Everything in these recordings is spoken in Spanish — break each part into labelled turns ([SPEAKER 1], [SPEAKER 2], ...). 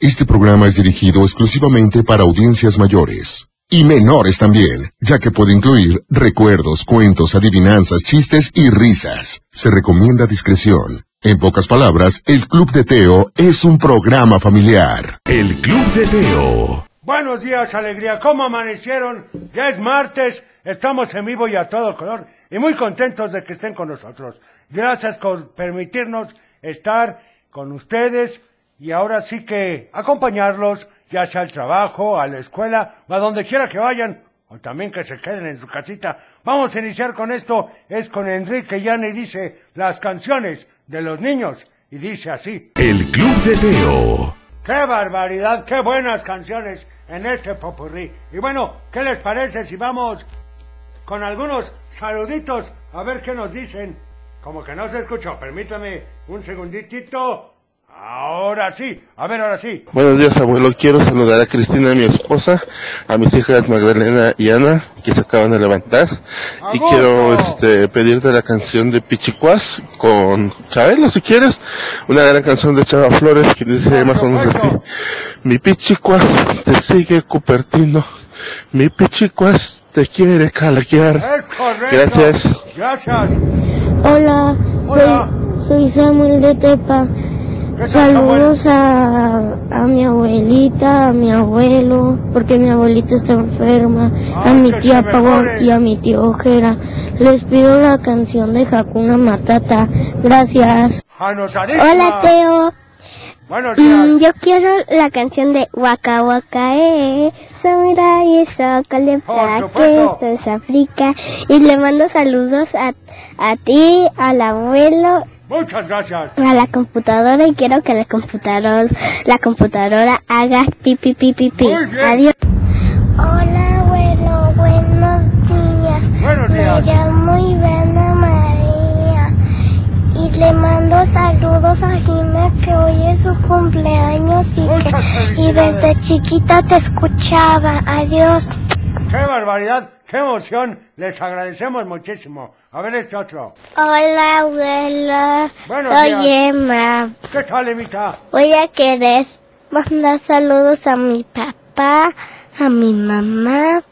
[SPEAKER 1] Este programa es dirigido exclusivamente para audiencias mayores. Y menores también, ya que puede incluir recuerdos, cuentos, adivinanzas, chistes y risas. Se recomienda discreción. En pocas palabras, el Club de Teo es un programa familiar.
[SPEAKER 2] El Club de Teo.
[SPEAKER 3] Buenos días, alegría. ¿Cómo amanecieron? Ya es martes, estamos en vivo y a todo color y muy contentos de que estén con nosotros. Gracias por permitirnos estar con ustedes y ahora sí que acompañarlos, ya sea al trabajo, a la escuela, o a donde quiera que vayan, o también que se queden en su casita. Vamos a iniciar con esto, es con Enrique Llana y dice las canciones de los niños y dice así.
[SPEAKER 2] El Club de Teo.
[SPEAKER 3] ¡Qué barbaridad! ¡Qué buenas canciones en este popurrí! Y bueno, ¿qué les parece si vamos con algunos saluditos a ver qué nos dicen? Como que no se escuchó, permítame un segunditito. Ahora sí, a ver, ahora sí.
[SPEAKER 4] Buenos días, abuelo. Quiero saludar a Cristina, mi esposa, a mis hijas Magdalena y Ana, que se acaban de levantar. Y
[SPEAKER 3] ¡Agosto!
[SPEAKER 4] quiero este, pedirte la canción de Pichicuas con Chabelo, si quieres. Una gran canción de Chava Flores que dice
[SPEAKER 3] Por
[SPEAKER 4] más o menos así.
[SPEAKER 3] supuesto.
[SPEAKER 4] Mi Pichicuas te sigue Cupertino. Mi Pichicuas te quiere calaquear.
[SPEAKER 3] Es correcto.
[SPEAKER 4] Gracias.
[SPEAKER 3] Gracias.
[SPEAKER 5] Hola,
[SPEAKER 3] Hola.
[SPEAKER 5] Soy, soy Samuel de Tepa.
[SPEAKER 3] tal,
[SPEAKER 5] Saludos a, a mi abuelita, a mi abuelo, porque mi abuelita está enferma,
[SPEAKER 3] Ay,
[SPEAKER 5] a mi
[SPEAKER 3] Ah, que se
[SPEAKER 5] tía Pavón
[SPEAKER 3] mejore.
[SPEAKER 5] y a mi tío Ojera. Les pido la canción de Hakuna Matata. Gracias.
[SPEAKER 3] Anotadísima.
[SPEAKER 5] Teo. Mm,
[SPEAKER 3] Buenos días.
[SPEAKER 5] yo quiero la canción de Waka Waka eh, Samurai Zócale
[SPEAKER 3] Por supuesto.
[SPEAKER 5] esto es África y le mando saludos a, a ti, al abuelo
[SPEAKER 3] Muchas gracias.
[SPEAKER 5] a la computadora y quiero que la computadora, la computadora haga pi pi pi pi pi.
[SPEAKER 3] Muy bien.
[SPEAKER 5] Adiós. Hola, bueno, buenos días.
[SPEAKER 3] Buenos
[SPEAKER 5] Me
[SPEAKER 3] días.
[SPEAKER 5] llamo Ivana María y le mando saludos a Jimena que hoy es su cumpleaños y,
[SPEAKER 3] Muchas
[SPEAKER 5] que, y
[SPEAKER 3] felicidades.
[SPEAKER 5] desde chiquita te escuchaba. Adiós.
[SPEAKER 3] ¡Qué barbaridad! ¡Qué emoción! Les agradecemos muchísimo. A ver este otro.
[SPEAKER 5] Hola, abuela.
[SPEAKER 3] Buenos Soy días.
[SPEAKER 5] Emma.
[SPEAKER 3] ¿Qué tal, Emita?
[SPEAKER 5] Voy a querer mandar saludos a mi papá, a mi mamá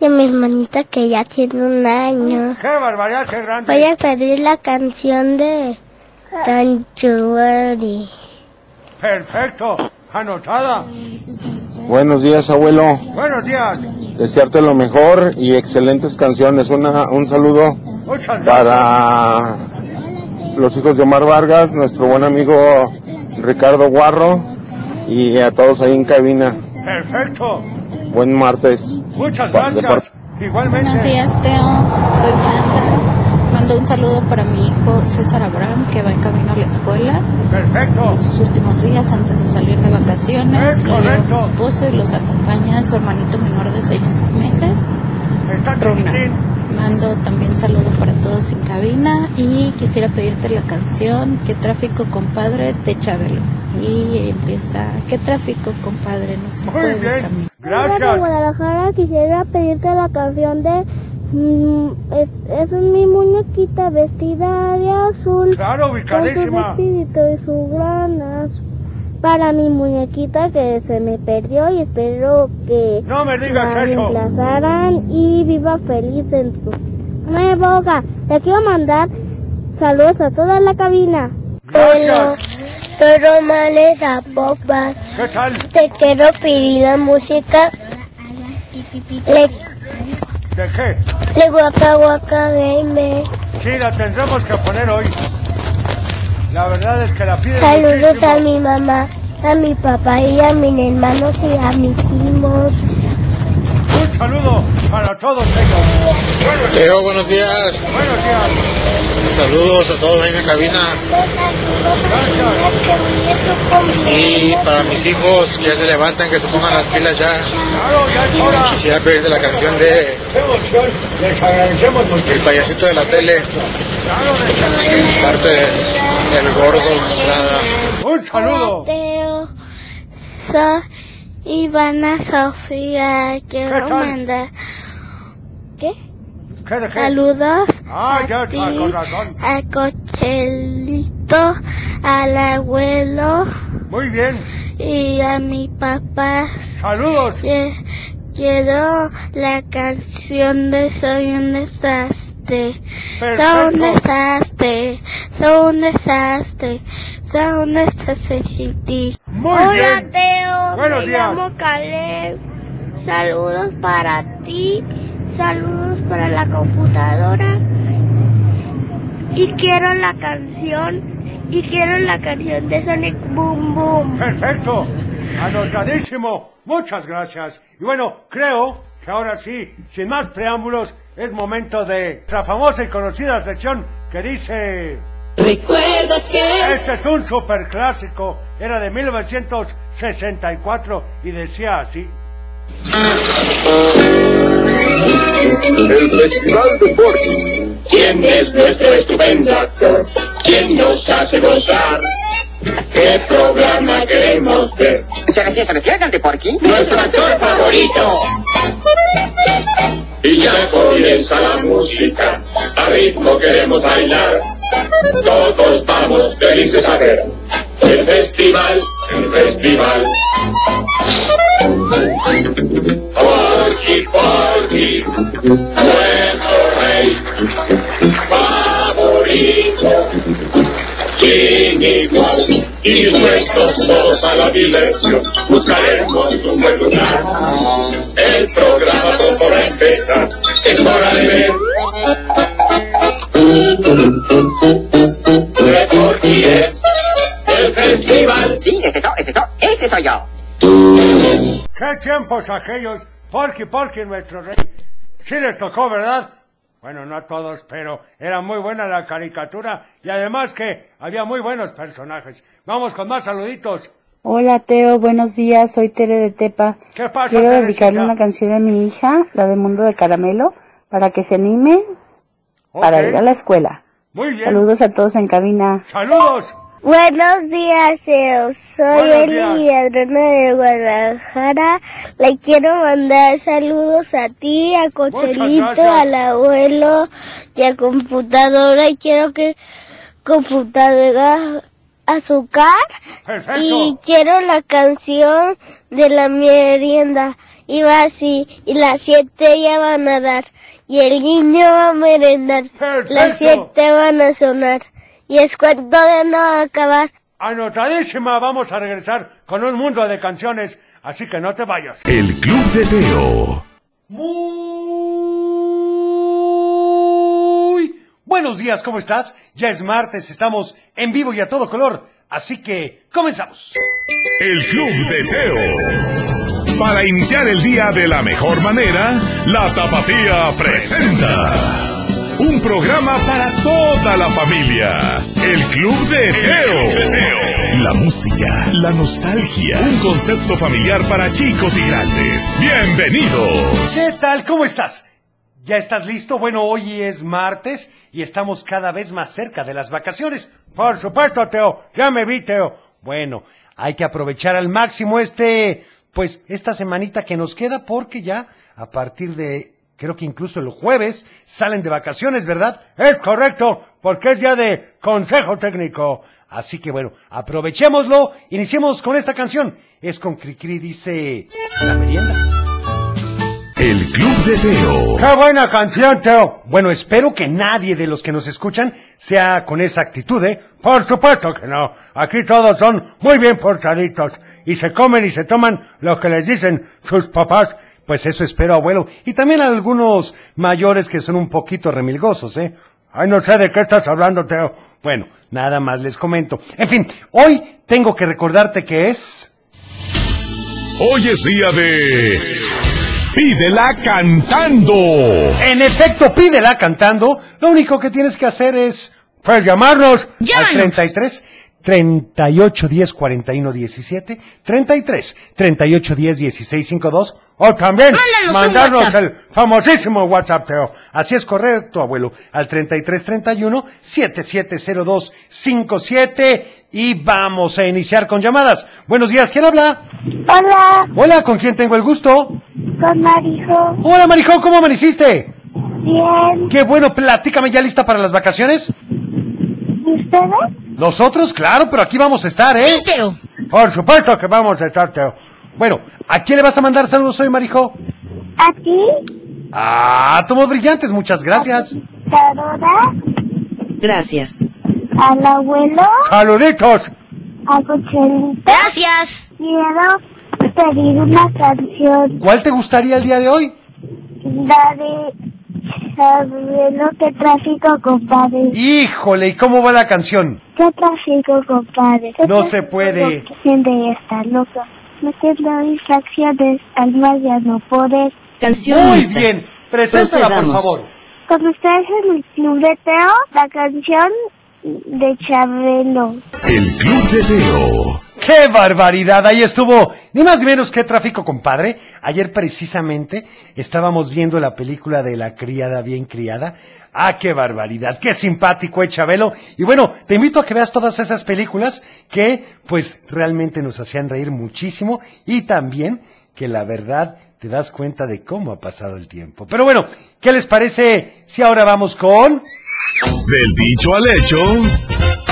[SPEAKER 5] y a mi hermanita que ya tiene un año.
[SPEAKER 3] ¡Qué barbaridad! ¡Qué grande!
[SPEAKER 5] Voy a pedir la canción de Don't You Worry.
[SPEAKER 3] ¡Perfecto! ¡Anotada!
[SPEAKER 6] Buenos días, abuelo.
[SPEAKER 3] ¡Buenos días!
[SPEAKER 6] Desearte lo mejor y excelentes canciones. Una, un saludo
[SPEAKER 3] ¡Muchas gracias!
[SPEAKER 6] para los hijos de Omar Vargas, nuestro buen amigo Ricardo Guarro y a todos ahí en cabina.
[SPEAKER 3] ¡Perfecto!
[SPEAKER 6] Buen martes.
[SPEAKER 3] ¡Muchas
[SPEAKER 6] Pa- de
[SPEAKER 3] gracias!
[SPEAKER 6] parte-
[SPEAKER 7] Buenos
[SPEAKER 3] Igualmente.
[SPEAKER 7] días, Teo. Soy Sandra. Mando un saludo para mi hijo César Abraham, que va en camino a la escuela.
[SPEAKER 3] ¡Perfecto!
[SPEAKER 7] En sus últimos días antes de salir de vacaciones.
[SPEAKER 3] Es
[SPEAKER 7] Lo lleva
[SPEAKER 3] correcto.
[SPEAKER 7] mi esposo y los acompaña su hermanito menor de seis meses,
[SPEAKER 3] Está Cristín.
[SPEAKER 7] Ronan. Mando también saludos para todos en cabina y quisiera pedirte la canción ¿Qué tráfico, compadre? de Chabelo. Y empieza ¿Qué tráfico, compadre? No se
[SPEAKER 3] Muy
[SPEAKER 7] puede
[SPEAKER 3] bien.
[SPEAKER 7] caminar".
[SPEAKER 5] Hola, de
[SPEAKER 3] Gracias.
[SPEAKER 5] Guadalajara quisiera pedirte la canción de mm, es, es mi muñequita vestida de azul.
[SPEAKER 3] Claro,
[SPEAKER 5] Con su
[SPEAKER 3] ubicadísima.
[SPEAKER 5] vestidito y sus granas para mi muñequita que se me perdió y espero que
[SPEAKER 3] No me digas
[SPEAKER 5] la
[SPEAKER 3] eso.
[SPEAKER 5] reemplazaran y viva feliz en su nueva hogar. Le quiero mandar saludos a toda la cabina.
[SPEAKER 3] Gracias.
[SPEAKER 5] soy Romales Apopa.
[SPEAKER 3] ¿Qué tal?
[SPEAKER 5] Te quiero pedir la música. Le,
[SPEAKER 3] ¿De qué?
[SPEAKER 5] le guaca guaca game.
[SPEAKER 3] Sí, la tendremos que poner hoy. La verdad es que la piden
[SPEAKER 5] Saludos
[SPEAKER 3] muchísimo.
[SPEAKER 5] a mi mamá, a mi papá y a mis hermanos y a mis primos.
[SPEAKER 3] Un saludo para todos ellos.
[SPEAKER 6] Teo, buenos días.
[SPEAKER 3] Buenos días.
[SPEAKER 6] Saludos a todos ahí en la cabina.
[SPEAKER 5] Saludos
[SPEAKER 3] a mi mamá
[SPEAKER 5] que hoy es su
[SPEAKER 6] mis hijos que se levantan, que se pongan las pilas ya.
[SPEAKER 3] Claro, ya es hora.
[SPEAKER 6] Quisiera pedirte la canción de
[SPEAKER 3] ¡Qué emoción! Les agradecemos mucho.
[SPEAKER 6] payasito de la tele,
[SPEAKER 3] Claro, desde aquí.
[SPEAKER 6] parte del gordo Estrada.
[SPEAKER 3] Un saludo.
[SPEAKER 5] Mateo, soy Ivana Sofía. Quiero
[SPEAKER 3] tal?
[SPEAKER 5] mandar ¿Qué?
[SPEAKER 3] ¿Qué de qué?
[SPEAKER 5] saludos
[SPEAKER 3] Ah, ya
[SPEAKER 5] a
[SPEAKER 3] está, con
[SPEAKER 5] ti,
[SPEAKER 3] razón.
[SPEAKER 5] al cochelito, al abuelo
[SPEAKER 3] Muy bien.
[SPEAKER 5] y a mi papá.
[SPEAKER 8] Saludos.
[SPEAKER 5] Que- Quiero la canción de Soy un desastre. Soy un
[SPEAKER 8] Perfecto.
[SPEAKER 5] desastre. Soy un desastre. Soy un desastre sin ti.
[SPEAKER 8] Muy
[SPEAKER 5] Hola,
[SPEAKER 8] bien.
[SPEAKER 5] Teo.
[SPEAKER 8] Buenos
[SPEAKER 5] Me
[SPEAKER 8] días.
[SPEAKER 5] llamo Caleb. Saludos para ti. Saludos para la computadora. Y quiero la canción. Y quiero la canción de Sonic Boom Boom.
[SPEAKER 8] Perfecto. Anotadísimo. Muchas gracias. Y bueno, creo que ahora sí, sin más preámbulos, es momento de la famosa y conocida sección que dice...
[SPEAKER 9] ¿Recuerdas que?
[SPEAKER 8] Este es un superclásico. Era de 1964 y decía así.
[SPEAKER 10] El Festival de Borges. ¿Quién es nuestro estupendo actor? ¿Quién nos hace gozar? ¿Qué programa queremos ver?
[SPEAKER 11] ¿Se refiere, al de Porky?
[SPEAKER 10] ¡Nuestro actor favorito! Y ya comienza la música, a ritmo queremos bailar. Todos vamos felices a ver el festival, el festival. Porky, Porky, nuestro rey favorito, sin igual. Y nuestros dos a la diversión buscaremos un buen lugar. El programa todo va a empezar, es hora de ver. Reporti es el festival.
[SPEAKER 11] Sí, ese soy, ese soy, ese soy yo.
[SPEAKER 8] ¿Qué tiempos aquellos? Porky, Porky, nuestro rey. Sí les tocó, ¿verdad? Bueno, no a todos, pero era muy buena la caricatura y además que había muy buenos personajes. Vamos con más saluditos.
[SPEAKER 12] Hola Teo, buenos días, soy Tere de Tepa.
[SPEAKER 8] ¿Qué pasa,
[SPEAKER 12] Quiero dedicarle
[SPEAKER 8] Teresita?
[SPEAKER 12] una canción a mi hija, la de Mundo de Caramelo, para que se anime para
[SPEAKER 8] Ok,
[SPEAKER 12] ir a la escuela.
[SPEAKER 8] Muy bien.
[SPEAKER 12] Saludos a todos en cabina.
[SPEAKER 8] Saludos.
[SPEAKER 5] Buenos días, Eo. Soy
[SPEAKER 8] Buenos
[SPEAKER 5] Eli Adriana de Guadalajara. Le quiero mandar saludos a ti, a
[SPEAKER 8] Muchas
[SPEAKER 5] Cochelito,
[SPEAKER 8] gracias.
[SPEAKER 5] al abuelo y a computadora. Y quiero que computadora azúcar. Y
[SPEAKER 8] Perfecto.
[SPEAKER 5] quiero la canción de la merienda. Y va así, y las siete ya van a dar. Y el niño va a merendar.
[SPEAKER 8] Perfecto.
[SPEAKER 5] Las siete van a sonar. Y es cuando de no acabar.
[SPEAKER 8] Anotadísima, vamos a regresar con un mundo de canciones, así que no te vayas.
[SPEAKER 2] El Club de Teo.
[SPEAKER 3] Muy buenos días, ¿cómo estás? Ya es martes, estamos en vivo y a todo color, así que comenzamos.
[SPEAKER 2] El Club de Teo. Para iniciar el día de la mejor manera, la Tapatía presenta un programa para toda la familia. El Club de Teo. La música, la nostalgia, un concepto familiar para chicos y grandes. Bienvenidos.
[SPEAKER 3] ¿Qué tal? ¿Cómo estás? ¿Ya estás listo? Bueno, hoy es martes y estamos cada vez más cerca de las vacaciones.
[SPEAKER 8] Por supuesto, Teo, ya me vi, Teo.
[SPEAKER 3] Bueno, hay que aprovechar al máximo este, pues esta semanita que nos queda porque ya a partir de, creo que incluso el jueves, salen de vacaciones, ¿verdad?
[SPEAKER 8] Es correcto, porque es día de consejo técnico.
[SPEAKER 3] Así que bueno, aprovechémoslo, iniciemos con esta canción. Es con Cricri, dice La Merienda.
[SPEAKER 2] El Club de Teo.
[SPEAKER 8] ¡Qué buena canción, Teo!
[SPEAKER 3] Bueno, espero que nadie de los que nos escuchan sea con esa actitud, ¿eh?
[SPEAKER 8] Por supuesto que no. Aquí todos son muy bien portaditos y se comen y se toman lo que les dicen sus papás.
[SPEAKER 3] Pues eso espero, abuelo. Y también a algunos mayores que son un poquito remilgosos, ¿eh?
[SPEAKER 8] Ay, no sé de qué estás hablando, Teo.
[SPEAKER 3] Bueno, nada más les comento. En fin, hoy tengo que recordarte que es...
[SPEAKER 2] Hoy es día de... Pídela cantando.
[SPEAKER 3] En efecto, pídela cantando. Lo único que tienes que hacer es...
[SPEAKER 8] Pues llamarnos.
[SPEAKER 3] Al 33 38 10 41 17 33 38 10 16 52
[SPEAKER 8] O también
[SPEAKER 3] Mándanos un
[SPEAKER 8] mandarnos
[SPEAKER 3] WhatsApp.
[SPEAKER 8] el famosísimo WhatsApp, Teo.
[SPEAKER 3] Así es correcto, abuelo. Al 3331 7702 57 y vamos a iniciar con llamadas. Buenos días, ¿quién habla?
[SPEAKER 5] Hola,
[SPEAKER 3] Hola, ¿con quién tengo el gusto?
[SPEAKER 5] con Marijo.
[SPEAKER 3] Hola, Marijo, ¿cómo amaneciste?
[SPEAKER 5] Bien.
[SPEAKER 3] Qué bueno, platícame, ¿ya lista para las vacaciones?
[SPEAKER 5] ¿Y ustedes?
[SPEAKER 3] Nosotros, claro, pero aquí vamos a estar, ¿eh?
[SPEAKER 9] Teo.
[SPEAKER 13] Por supuesto que vamos a estar, Teo.
[SPEAKER 3] Bueno, ¿a quién le vas a mandar saludos hoy, Marijo?
[SPEAKER 5] ¿A ti?
[SPEAKER 3] Ah, tomos brillantes, muchas gracias.
[SPEAKER 5] Saluda
[SPEAKER 7] Gracias.
[SPEAKER 5] al abuelo,
[SPEAKER 13] Saluditos.
[SPEAKER 5] a Cochelito.
[SPEAKER 7] Gracias.
[SPEAKER 5] Quiero pedir una canción,
[SPEAKER 3] ¿Cuál te gustaría el día de hoy?
[SPEAKER 5] la de Abuelo, qué tráfico, compadre.
[SPEAKER 3] Híjole, ¿y cómo va la canción?
[SPEAKER 5] ¿Qué tráfico, compadre? ¿Qué
[SPEAKER 3] No se
[SPEAKER 5] tráfico,
[SPEAKER 3] puede.
[SPEAKER 5] Gente está loca. Metiendo distracciones al más ya no poder.
[SPEAKER 7] Canción
[SPEAKER 3] Muy
[SPEAKER 7] lista.
[SPEAKER 3] bien, preséntala por
[SPEAKER 7] Procedamos.
[SPEAKER 3] favor.
[SPEAKER 5] Con ustedes en el Club de Teo, la canción de Chabelo.
[SPEAKER 2] El Club de Teo.
[SPEAKER 3] ¡Qué barbaridad! Ahí estuvo, ni más ni menos que tráfico, compadre. Ayer precisamente estábamos viendo la película de La criada bien criada. ¡Ah, qué barbaridad! ¡Qué simpático, eh, Chabelo! Y bueno, te invito a que veas todas esas películas que, pues, realmente nos hacían reír muchísimo y también que la verdad te das cuenta de cómo ha pasado el tiempo. Pero bueno, ¿qué les parece si ahora vamos con...
[SPEAKER 2] Del dicho al hecho.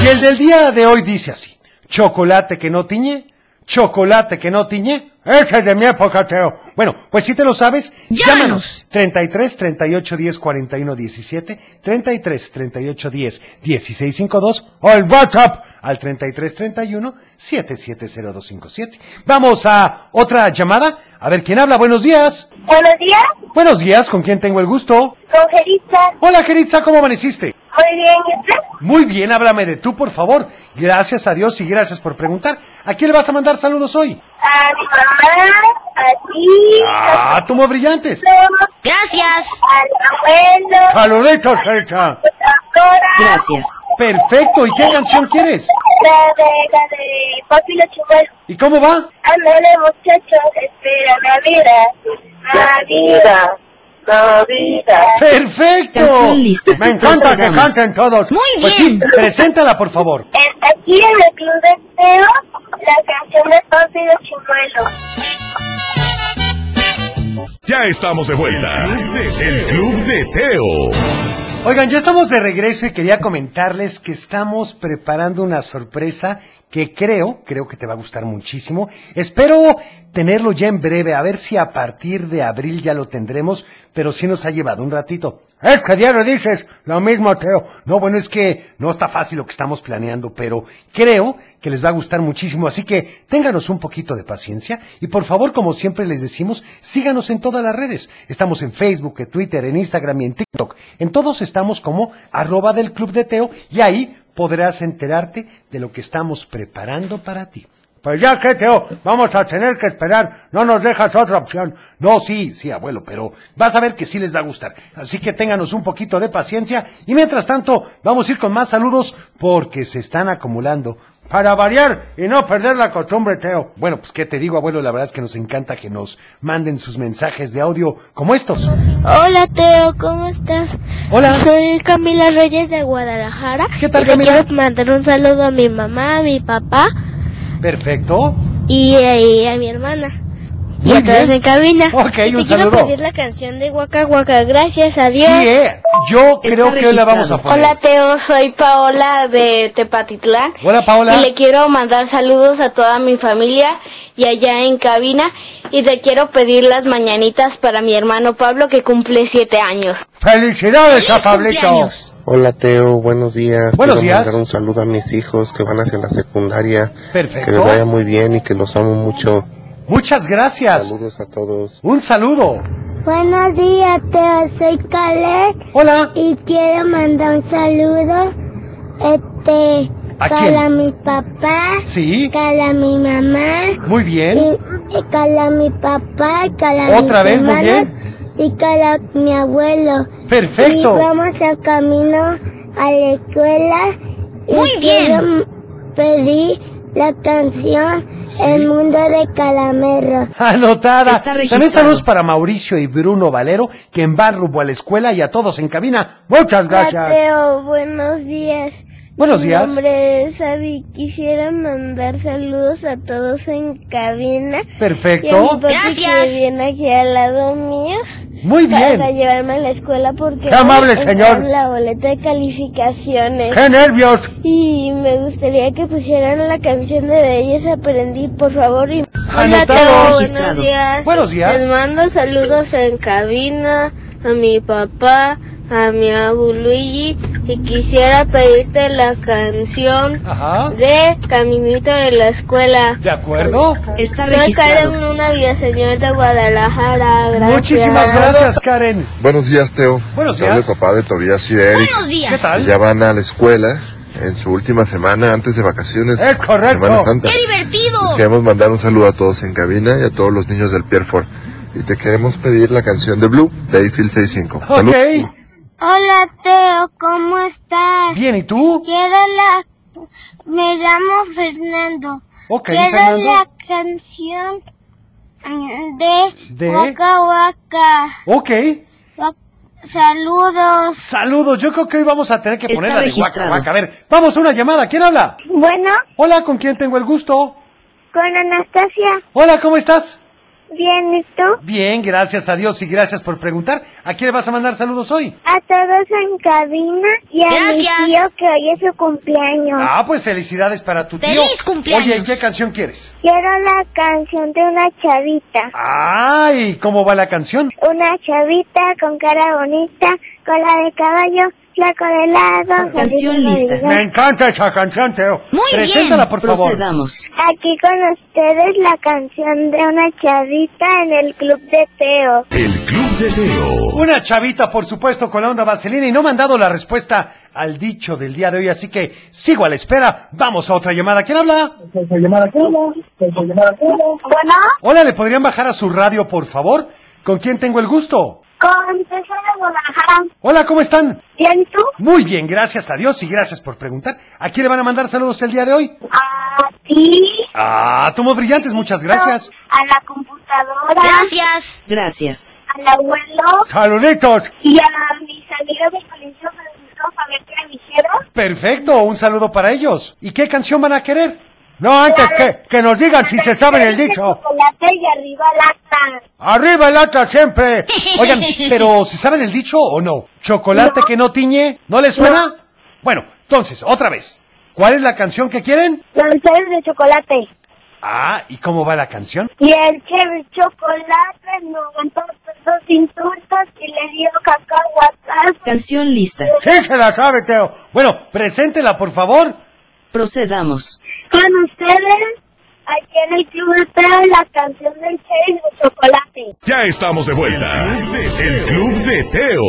[SPEAKER 3] Y el del día de hoy dice así: chocolate que no tiñe, chocolate que no tiñe. Ese es de mi época, Teo. Bueno, pues si te lo sabes, llámanos. 33 38 10 41 17, 33 38 10 16 52 o el WhatsApp al 33 31 770257. Vamos a otra llamada. A ver quién habla. Buenos días.
[SPEAKER 5] Buenos días,
[SPEAKER 3] Buenos días. ¿Con quién tengo el gusto?
[SPEAKER 5] Rogerita.
[SPEAKER 3] Hola, Geritza. ¿Cómo amaneciste?
[SPEAKER 5] Muy bien, ¿y usted?
[SPEAKER 3] Muy bien, háblame de tú, por favor. Gracias a Dios y gracias por preguntar. ¿A quién le vas a mandar saludos hoy?
[SPEAKER 5] A mi mamá, a ti,
[SPEAKER 3] ¡Ah, tomo brillantes!
[SPEAKER 7] Gracias.
[SPEAKER 5] al abuelo,
[SPEAKER 3] ¡Saluditos, Gercha!
[SPEAKER 5] a Dora,
[SPEAKER 7] Gracias.
[SPEAKER 3] ¡Perfecto! ¿Y qué canción quieres?
[SPEAKER 5] la de, la de Papi los Chimuelos.
[SPEAKER 3] ¿Y cómo va?
[SPEAKER 5] Ándale, muchachos, espera Navidad, Navidad, Navidad.
[SPEAKER 3] ¡Perfecto!
[SPEAKER 7] Canción lista.
[SPEAKER 3] ¡Me encanta que
[SPEAKER 7] Procedamos.
[SPEAKER 3] canten todos!
[SPEAKER 7] Pues Muy
[SPEAKER 3] Pues sí,
[SPEAKER 7] bien.
[SPEAKER 3] preséntala, por favor.
[SPEAKER 5] Eh, Aquí en el Club de Teo, la canción de Papi los Chimuelos.
[SPEAKER 2] Ya estamos de vuelta. El Club de Teo.
[SPEAKER 3] Oigan, ya estamos de regreso y quería comentarles que estamos preparando una sorpresa que creo, creo que te va a gustar muchísimo. Espero tenerlo ya en breve, a ver si a partir de abril ya lo tendremos, pero sí nos ha llevado un ratito. Es que diario dices lo mismo, Teo. No, bueno, es que no está fácil lo que estamos planeando, pero creo que les va a gustar muchísimo, así que ténganos un poquito de paciencia y por favor, como siempre les decimos, síganos en todas las redes. Estamos en Facebook, en Twitter, en Instagram y en TikTok. En todos estamos como arroba del Club de Teo y ahí podrás enterarte de lo que estamos preparando para ti.
[SPEAKER 13] Pues ya que, Teo, vamos a tener que esperar. No nos dejas otra opción.
[SPEAKER 3] No, sí, sí, abuelo, pero vas a ver que sí les va a gustar. Así que ténganos un poquito de paciencia y mientras tanto vamos a ir con más saludos porque se están acumulando.
[SPEAKER 13] Para variar y no perder la costumbre, Teo.
[SPEAKER 3] Bueno, pues qué te digo, abuelo, la verdad es que nos encanta que nos manden sus mensajes de audio como estos.
[SPEAKER 14] Hola Teo, ¿cómo estás?
[SPEAKER 3] Hola.
[SPEAKER 14] Soy Camila Reyes de Guadalajara.
[SPEAKER 3] ¿Qué tal,
[SPEAKER 14] y te
[SPEAKER 3] Camila?
[SPEAKER 14] Quiero mandar un saludo a mi mamá, a mi papá
[SPEAKER 3] Perfecto.
[SPEAKER 14] y, eh, a mi hermana. Y
[SPEAKER 3] Muy
[SPEAKER 14] a todos
[SPEAKER 3] bien.
[SPEAKER 14] en cabina.
[SPEAKER 3] Ok,
[SPEAKER 14] Y
[SPEAKER 3] un
[SPEAKER 14] te quiero
[SPEAKER 3] saludo.
[SPEAKER 14] pedir la canción de Waka Waka. Gracias,
[SPEAKER 3] Sí,
[SPEAKER 14] adiós.
[SPEAKER 3] eh, yo
[SPEAKER 7] Está
[SPEAKER 3] creo que hoy la
[SPEAKER 7] registrado.
[SPEAKER 3] vamos a poner.
[SPEAKER 15] Hola Teo, soy Paola de Tepatitlán
[SPEAKER 3] Hola, Paola.
[SPEAKER 15] y le quiero mandar saludos a toda mi familia y allá en cabina y te quiero pedir las mañanitas para mi hermano Pablo que cumple siete años.
[SPEAKER 13] ¡Felicidades a
[SPEAKER 7] Feliz
[SPEAKER 13] Pablito!
[SPEAKER 7] cumpleaños.
[SPEAKER 6] Hola Teo, buenos días.
[SPEAKER 3] Buenos
[SPEAKER 6] Quiero
[SPEAKER 3] días.
[SPEAKER 6] mandar un saludo a mis hijos que van hacia la secundaria. Que les
[SPEAKER 3] Perfecto.
[SPEAKER 6] vaya muy bien y que los amo mucho.
[SPEAKER 3] Muchas gracias.
[SPEAKER 6] Saludos a todos.
[SPEAKER 3] Un saludo.
[SPEAKER 5] Buenos días, Teo, soy Caleb.
[SPEAKER 3] Hola.
[SPEAKER 5] Y quiero mandar un saludo este,
[SPEAKER 3] ¿A
[SPEAKER 5] para
[SPEAKER 3] quién?
[SPEAKER 5] mi papá,
[SPEAKER 3] Sí.
[SPEAKER 5] para mi mamá,
[SPEAKER 3] Muy bien.
[SPEAKER 5] y, y para mi papá, y para
[SPEAKER 3] Otra
[SPEAKER 5] mis
[SPEAKER 3] vez, muy
[SPEAKER 5] hermanos, y para mi abuelo.
[SPEAKER 3] Perfecto.
[SPEAKER 5] Y vamos al camino a la escuela. Y
[SPEAKER 7] Muy
[SPEAKER 5] quiero pedir la canción
[SPEAKER 3] Sí.
[SPEAKER 5] El mundo de Calamero.
[SPEAKER 3] Anotada.
[SPEAKER 7] Está registrado.
[SPEAKER 3] También saludos para Mauricio y Bruno Valero, que van rumbo a la escuela y a todos en cabina. Muchas gracias.
[SPEAKER 14] Mateo, buenos días.
[SPEAKER 3] Buenos
[SPEAKER 14] Mi
[SPEAKER 3] días.
[SPEAKER 14] nombre es Abby. Quisiera mandar saludos a todos en cabina. Y a mi
[SPEAKER 3] Perfecto.
[SPEAKER 14] papi
[SPEAKER 7] Gracias.
[SPEAKER 14] que viene aquí al lado mío.
[SPEAKER 3] Muy bien.
[SPEAKER 7] Para llevarme a la escuela porque...
[SPEAKER 3] ¡Qué amable,
[SPEAKER 7] me
[SPEAKER 3] señor!
[SPEAKER 7] entraron La boleta de calificaciones.
[SPEAKER 3] ¡Qué nervios!
[SPEAKER 7] Y me gustaría que pusieran la canción de De ellos aprendí, por favor. Y... Hola,
[SPEAKER 3] Anotado.
[SPEAKER 7] Teo, buenos
[SPEAKER 3] Registrado.
[SPEAKER 7] días.
[SPEAKER 3] Buenos días.
[SPEAKER 7] Les mando saludos en cabina a mi papá, a mi abu Luigi y quisiera pedirte la canción de Caminito de la Escuela.
[SPEAKER 3] ¿De acuerdo?
[SPEAKER 7] Está Soy Karen, una señor de Guadalajara. Gracias.
[SPEAKER 3] Muchísimas gracias, Karen.
[SPEAKER 1] Buenos días, Teo.
[SPEAKER 3] Buenos
[SPEAKER 1] Te habla
[SPEAKER 3] días.
[SPEAKER 1] el papá de Tobías y de Eric.
[SPEAKER 7] Buenos días. ¿Qué tal?
[SPEAKER 1] Que Ya van a la escuela en su última semana antes de vacaciones.
[SPEAKER 3] Es correcto.
[SPEAKER 1] Semana Santa.
[SPEAKER 7] divertido!
[SPEAKER 1] Les queremos mandar un saludo a todos en cabina y a todos los niños del Pierfort. Y te queremos pedir la canción de Blue, de Eiffel 65. Salud.
[SPEAKER 5] Hola Teo, ¿cómo estás?
[SPEAKER 3] Bien, ¿y tú?
[SPEAKER 5] Quiero la... Me llamo Fernando.
[SPEAKER 3] Ok,
[SPEAKER 5] Quiero
[SPEAKER 3] Fernando.
[SPEAKER 5] la canción mm, de,
[SPEAKER 3] De-
[SPEAKER 5] Waka Waka.
[SPEAKER 3] Ok.
[SPEAKER 5] Wa- Saludos.
[SPEAKER 3] Saludos. Yo creo que hoy vamos a tener que
[SPEAKER 5] Está
[SPEAKER 3] ponerla de guaca,
[SPEAKER 5] registrado.
[SPEAKER 3] guaca. A ver, vamos a una llamada. ¿Quién habla?
[SPEAKER 5] Bueno.
[SPEAKER 3] Hola, ¿con quién tengo el gusto?
[SPEAKER 5] Con Anastasia.
[SPEAKER 3] Hola, ¿cómo estás?
[SPEAKER 5] Bien, ¿y tú?
[SPEAKER 3] Bien, gracias a Dios y gracias por preguntar. ¿A quién le vas a mandar saludos hoy?
[SPEAKER 5] A todos en cabina y a
[SPEAKER 3] Gracias.
[SPEAKER 5] mi tío que hoy es su cumpleaños.
[SPEAKER 3] Ah, pues felicidades para tu tío.
[SPEAKER 5] ¡Feliz cumpleaños!
[SPEAKER 3] Oye, ¿y qué canción quieres?
[SPEAKER 5] Quiero la canción de una chavita.
[SPEAKER 3] Ay, ¿cómo va la canción?
[SPEAKER 5] Una chavita con cara bonita, cola de caballo, flaco de lado.
[SPEAKER 3] Me encanta esa canción, Teo.
[SPEAKER 5] Muy bien,
[SPEAKER 3] Preséntala, por favor.
[SPEAKER 5] procedamos. Aquí con ustedes la canción de una chavita en el club de Teo.
[SPEAKER 2] Club de Teo.
[SPEAKER 3] Una chavita, por supuesto, con la onda vaselina y no me han dado la respuesta al dicho del día de hoy, así que sigo a la espera. Vamos a otra llamada. ¿Quién habla?
[SPEAKER 5] Bueno,
[SPEAKER 3] Hola, ¿le podrían bajar a su radio, por favor? ¿Con quién tengo el gusto?
[SPEAKER 5] con César de Guadalajara.
[SPEAKER 3] Hola, ¿cómo están?
[SPEAKER 5] Bien, ¿tú?
[SPEAKER 3] Muy bien, gracias a Dios y gracias por preguntar. ¿A quién le van a mandar saludos el día de hoy?
[SPEAKER 5] A ti.
[SPEAKER 3] Ah, tomos brillantes, muchas gracias.
[SPEAKER 5] A la computadora.
[SPEAKER 16] Gracias.
[SPEAKER 3] Gracias.
[SPEAKER 5] Al abuelo.
[SPEAKER 3] Saluditos.
[SPEAKER 5] Y a mis amigos del colegio Francisco Javier Clavijero.
[SPEAKER 3] Perfecto, un saludo para ellos. ¿Y qué canción van a querer? No, antes que, que nos digan si se saben el dicho.
[SPEAKER 5] Chocolate y arriba lata.
[SPEAKER 3] Arriba el ata siempre. Oigan, pero ¿se saben el dicho o no? Chocolate que no tiñe, ¿no les suena? Bueno, entonces, otra vez. ¿Cuál es la canción que quieren?
[SPEAKER 5] Lanceros de chocolate.
[SPEAKER 3] Ah, ¿y cómo va la canción?
[SPEAKER 5] Y el chévere chocolate no aguantó dos insultos y le dio cacahuatas.
[SPEAKER 3] Canción lista. Sí, se la sabe, Teo. Bueno, preséntela, por favor. Procedamos.
[SPEAKER 5] Con ustedes, aquí en el Club de Teo, la canción del chévere de chocolate.
[SPEAKER 2] Ya estamos de vuelta. El Club de Teo.